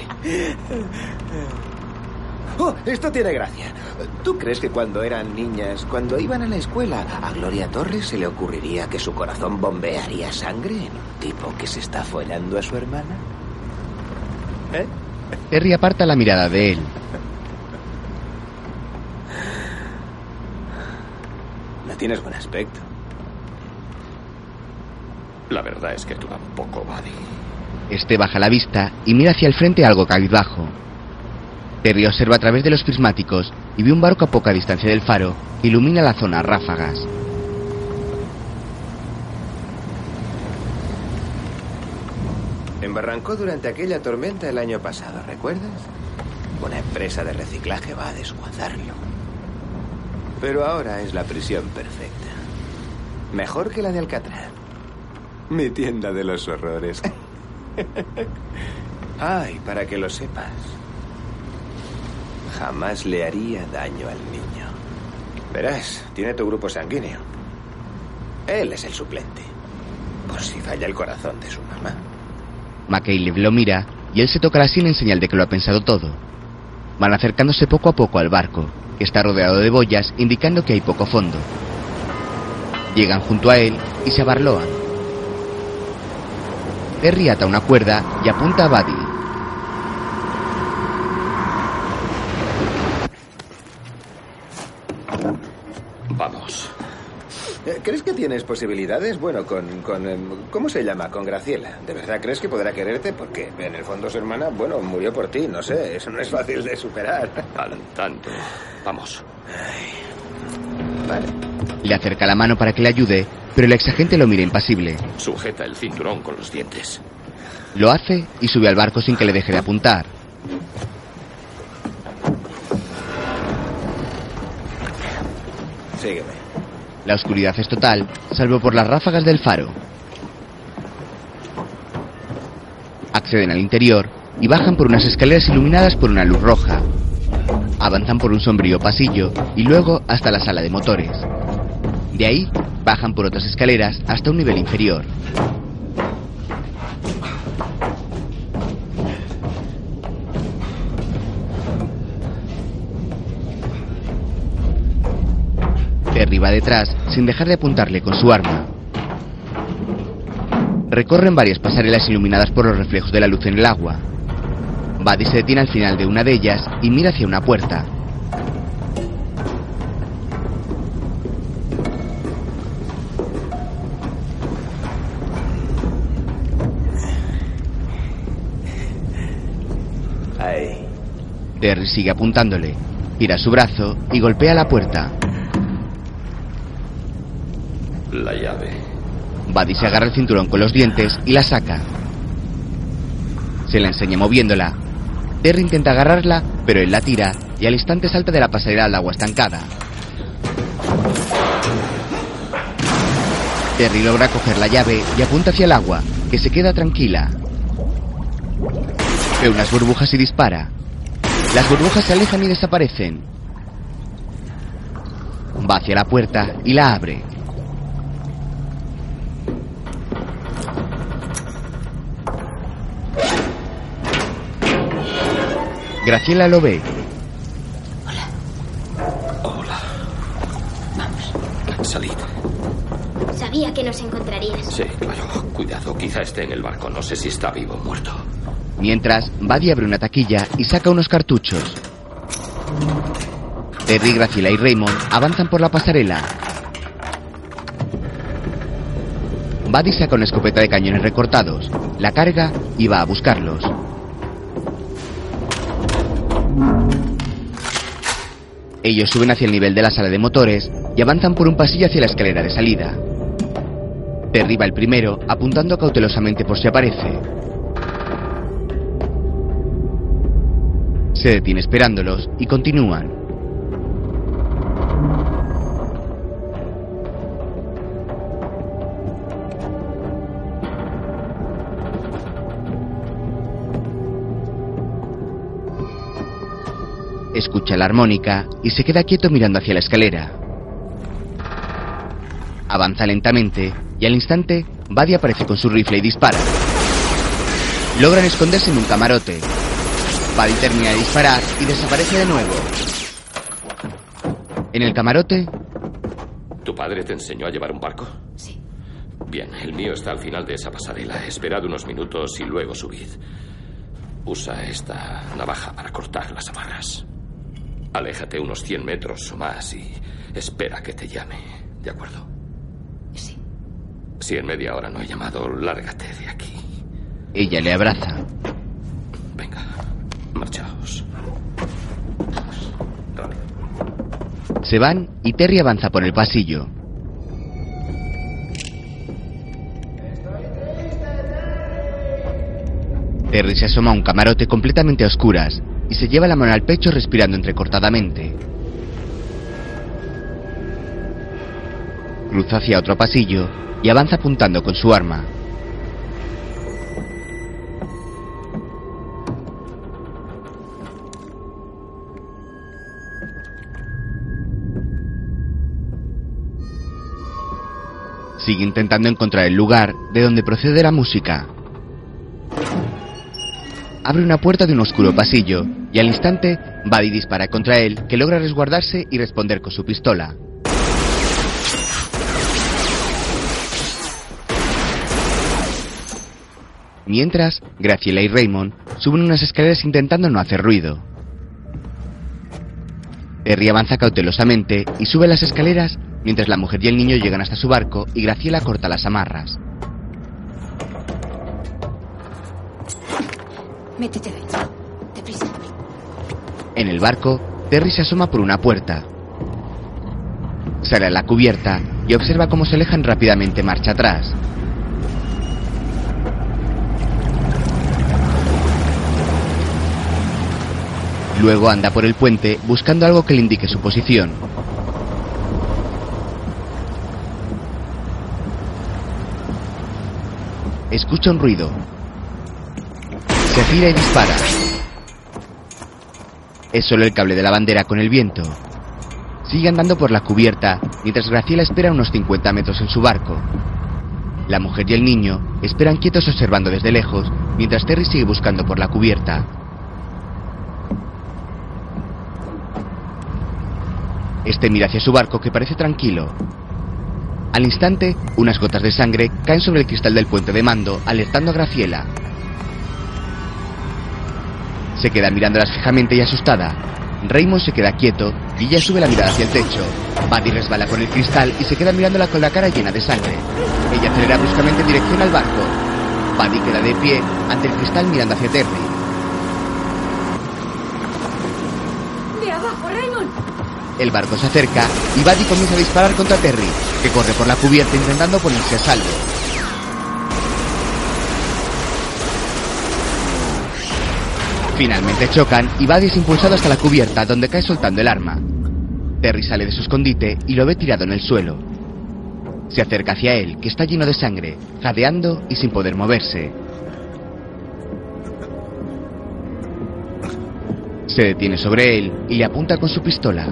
S9: Oh, esto tiene gracia. ¿Tú crees que cuando eran niñas, cuando iban a la escuela, a Gloria Torres se le ocurriría que su corazón bombearía sangre en un tipo que se está follando a su hermana? ¿Eh?
S1: Terry aparta la mirada de él.
S9: No tienes buen aspecto.
S4: La verdad es que tú tampoco, Buddy.
S1: Este baja la vista y mira hacia el frente algo cabizbajo. Terry observa a través de los prismáticos y ve un barco a poca distancia del faro que ilumina la zona a ráfagas.
S9: Embarrancó durante aquella tormenta el año pasado, ¿recuerdas? Una empresa de reciclaje va a desguazarlo. Pero ahora es la prisión perfecta. Mejor que la de Alcatraz. Mi tienda de los horrores. Ay, para que lo sepas. Jamás le haría daño al niño. Verás, tiene tu grupo sanguíneo. Él es el suplente. Por si falla el corazón de su mamá.
S1: McCaleb lo mira y él se toca la sien en señal de que lo ha pensado todo. Van acercándose poco a poco al barco, que está rodeado de boyas indicando que hay poco fondo. Llegan junto a él y se abarloan. Terry ata una cuerda y apunta a Buddy.
S4: Vamos.
S9: Eh, ¿Crees que tienes posibilidades? Bueno, con, con... em, ¿Cómo se llama? Con Graciela. ¿De verdad crees que podrá quererte? Porque en el fondo su hermana, bueno, murió por ti. No sé, eso no es fácil de superar.
S4: Al tanto. Vamos.
S9: Vale.
S1: Le acerca la mano para que le ayude, pero el exagente lo mira impasible.
S4: Sujeta el cinturón con los dientes.
S1: Lo hace y sube al barco sin que le deje de apuntar.
S9: Sígueme.
S1: La oscuridad es total, salvo por las ráfagas del faro. Acceden al interior y bajan por unas escaleras iluminadas por una luz roja. Avanzan por un sombrío pasillo y luego hasta la sala de motores. De ahí bajan por otras escaleras hasta un nivel inferior. Terry va detrás sin dejar de apuntarle con su arma. Recorren varias pasarelas iluminadas por los reflejos de la luz en el agua. Buddy se detiene al final de una de ellas y mira hacia una puerta.
S9: Ahí.
S1: Terry sigue apuntándole, gira su brazo y golpea la puerta.
S4: La llave.
S1: Buddy se agarra el cinturón con los dientes y la saca. Se la enseña moviéndola. Terry intenta agarrarla, pero él la tira y al instante salta de la pasarela al agua estancada. Terry logra coger la llave y apunta hacia el agua, que se queda tranquila. Ve unas burbujas y dispara. Las burbujas se alejan y desaparecen. Va hacia la puerta y la abre. Graciela lo ve.
S4: Salid.
S23: Sabía que nos encontrarías.
S4: Sí, claro. Cuidado, quizá esté en el barco. No sé si está vivo o muerto.
S1: Mientras, Buddy abre una taquilla y saca unos cartuchos. Terry, Graciela y Raymond avanzan por la pasarela. Buddy saca una escopeta de cañones recortados, la carga y va a buscarlos. Ellos suben hacia el nivel de la sala de motores y avanzan por un pasillo hacia la escalera de salida. Terry va el primero, apuntando cautelosamente por si aparece. Se detiene esperándolos y continúan. Escucha la armónica y se queda quieto mirando hacia la escalera. Avanza lentamente y al instante, Buddy aparece con su rifle y dispara. Logran esconderse en un camarote. Buddy termina de disparar y desaparece de nuevo. En el camarote,
S4: ¿Tu padre te enseñó a llevar un barco?
S5: Sí.
S4: Bien, el mío está al final de esa pasarela. Esperad unos minutos y luego subid. Usa esta navaja para cortar las amarras. Aléjate unos 100 metros o más y espera que te llame. ¿De acuerdo?
S5: Sí.
S4: Si en media hora no he llamado, lárgate de aquí.
S1: ella le abraza.
S4: Marchaos.
S1: Se van y Terry avanza por el pasillo. Terry se asoma a un camarote completamente a oscuras y se lleva la mano al pecho respirando entrecortadamente. Cruza hacia otro pasillo y avanza apuntando con su arma. Sigue intentando encontrar el lugar de donde procede la música. Abre una puerta de un oscuro pasillo y al instante Buddy dispara contra él, que logra resguardarse y responder con su pistola. Mientras, Graciela y Raymond suben unas escaleras intentando no hacer ruido. Terry avanza cautelosamente y sube las escaleras mientras la mujer y el niño llegan hasta su barco y Graciela corta las amarras.
S10: Métete dentro. Deprisa.
S1: En el barco, Terry se asoma por una puerta. Sale a la cubierta y observa cómo se alejan rápidamente marcha atrás. Luego anda por el puente buscando algo que le indique su posición. Escucha un ruido. Se gira y dispara. Es solo el cable de la bandera con el viento. Sigue andando por la cubierta mientras Graciela espera unos 50 metros en su barco. La mujer y el niño esperan quietos observando desde lejos mientras Terry sigue buscando por la cubierta. Este mira hacia su barco que parece tranquilo. Al instante, unas gotas de sangre caen sobre el cristal del puente de mando, alertando a Graciela. Se queda mirándolas fijamente y asustada. Raymond se queda quieto y ella sube la mirada hacia el techo. Buddy resbala con el cristal y se queda mirándola con la cara llena de sangre. Ella acelera bruscamente en dirección al barco. Buddy queda de pie ante el cristal mirando hacia Terry.
S10: ¡De abajo, Raymond!
S1: El barco se acerca y Buddy comienza a disparar contra Terry, que corre por la cubierta intentando ponerse a salvo. Finalmente chocan y Buddy es impulsado hasta la cubierta donde cae soltando el arma. Terry sale de su escondite y lo ve tirado en el suelo. Se acerca hacia él, que está lleno de sangre, jadeando y sin poder moverse. Se detiene sobre él y le apunta con su pistola.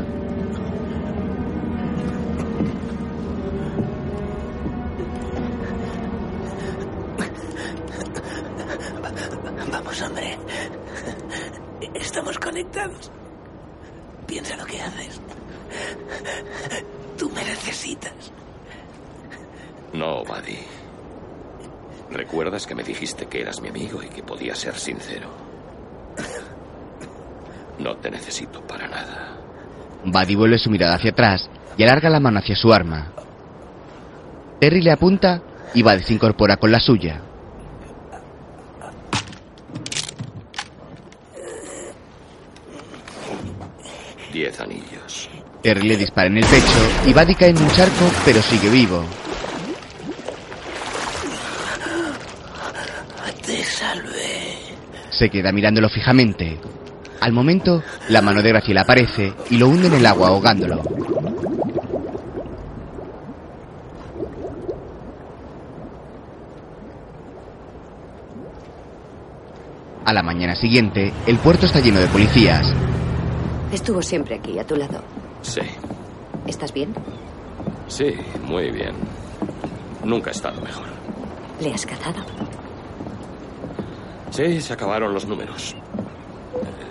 S15: Vamos, hombre. Estamos conectados. Piensa lo que haces. Tú me necesitas.
S4: No, Buddy. ¿Recuerdas que me dijiste que eras mi amigo y que podía ser sincero? No te necesito para nada.
S1: Buddy vuelve su mirada hacia atrás y alarga la mano hacia su arma. Terry le apunta y Buddy se incorpora con la suya.
S4: Diez anillos.
S1: Terry le dispara en el pecho y Buddy cae en un charco, pero sigue vivo.
S15: Te salvé.
S1: Se queda mirándolo fijamente. Al momento, la mano de Graciela aparece y lo hunde en el agua ahogándolo. A la mañana siguiente, el puerto está lleno de policías.
S14: Estuvo siempre aquí, a tu lado.
S4: Sí,
S14: ¿Estás bien?
S4: sí, muy bien. Nunca he estado mejor.
S14: ¿Le has cazado?
S4: Sí, se acabaron los números.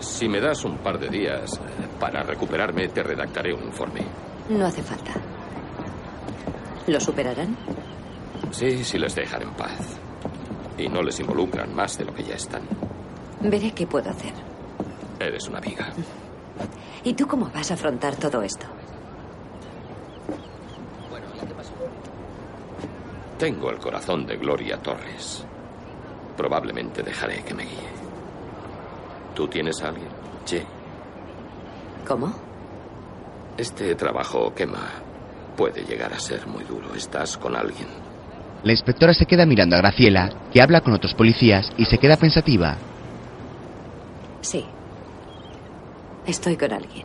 S4: Si me das un par de días eh, para recuperarme, te redactaré un informe.
S14: No hace falta. ¿Lo superarán?
S4: Sí, si les dejan en paz. Y no les involucran más de lo que ya están.
S14: Veré qué puedo hacer.
S4: Eres una amiga.
S14: ¿Y tú cómo vas a afrontar todo esto?
S4: Tengo el corazón de Gloria Torres. Probablemente dejaré que me guíe. ¿Tú tienes a alguien? Sí.
S14: ¿Cómo?
S4: Este trabajo quema. Puede llegar a ser muy duro. ¿Estás con alguien?
S1: La inspectora se queda mirando a Graciela, que habla con otros policías y se queda pensativa.
S14: Sí. Estoy con alguien.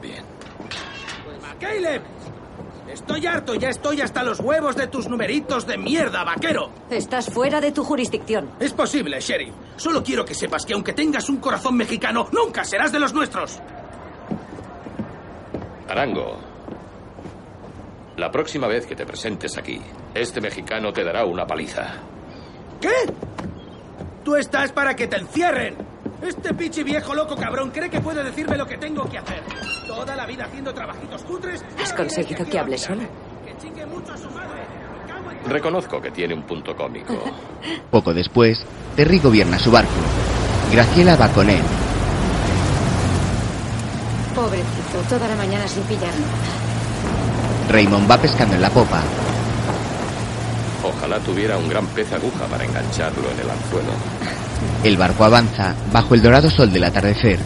S4: Bien.
S2: ¡Caleb! Estoy harto, ya estoy hasta los huevos de tus numeritos de mierda, vaquero.
S14: Estás fuera de tu jurisdicción.
S2: Es posible, Sheriff. Solo quiero que sepas que aunque tengas un corazón mexicano, nunca serás de los nuestros.
S4: Arango. La próxima vez que te presentes aquí, este mexicano te dará una paliza.
S2: ¿Qué? Tú estás para que te encierren. Este pichi viejo loco cabrón cree que puede decirme lo que tengo que hacer. Toda la vida haciendo trabajitos cutres.
S14: ¿Has conseguido que hable sola?
S4: Reconozco que tiene un punto cómico.
S1: Poco después, Terry gobierna su barco. Graciela va con él.
S10: Pobrecito, toda la mañana sin pillar nada.
S1: Raymond va pescando en la popa.
S4: Ojalá tuviera un gran pez aguja para engancharlo en el anzuelo.
S1: El barco avanza bajo el dorado sol del atardecer.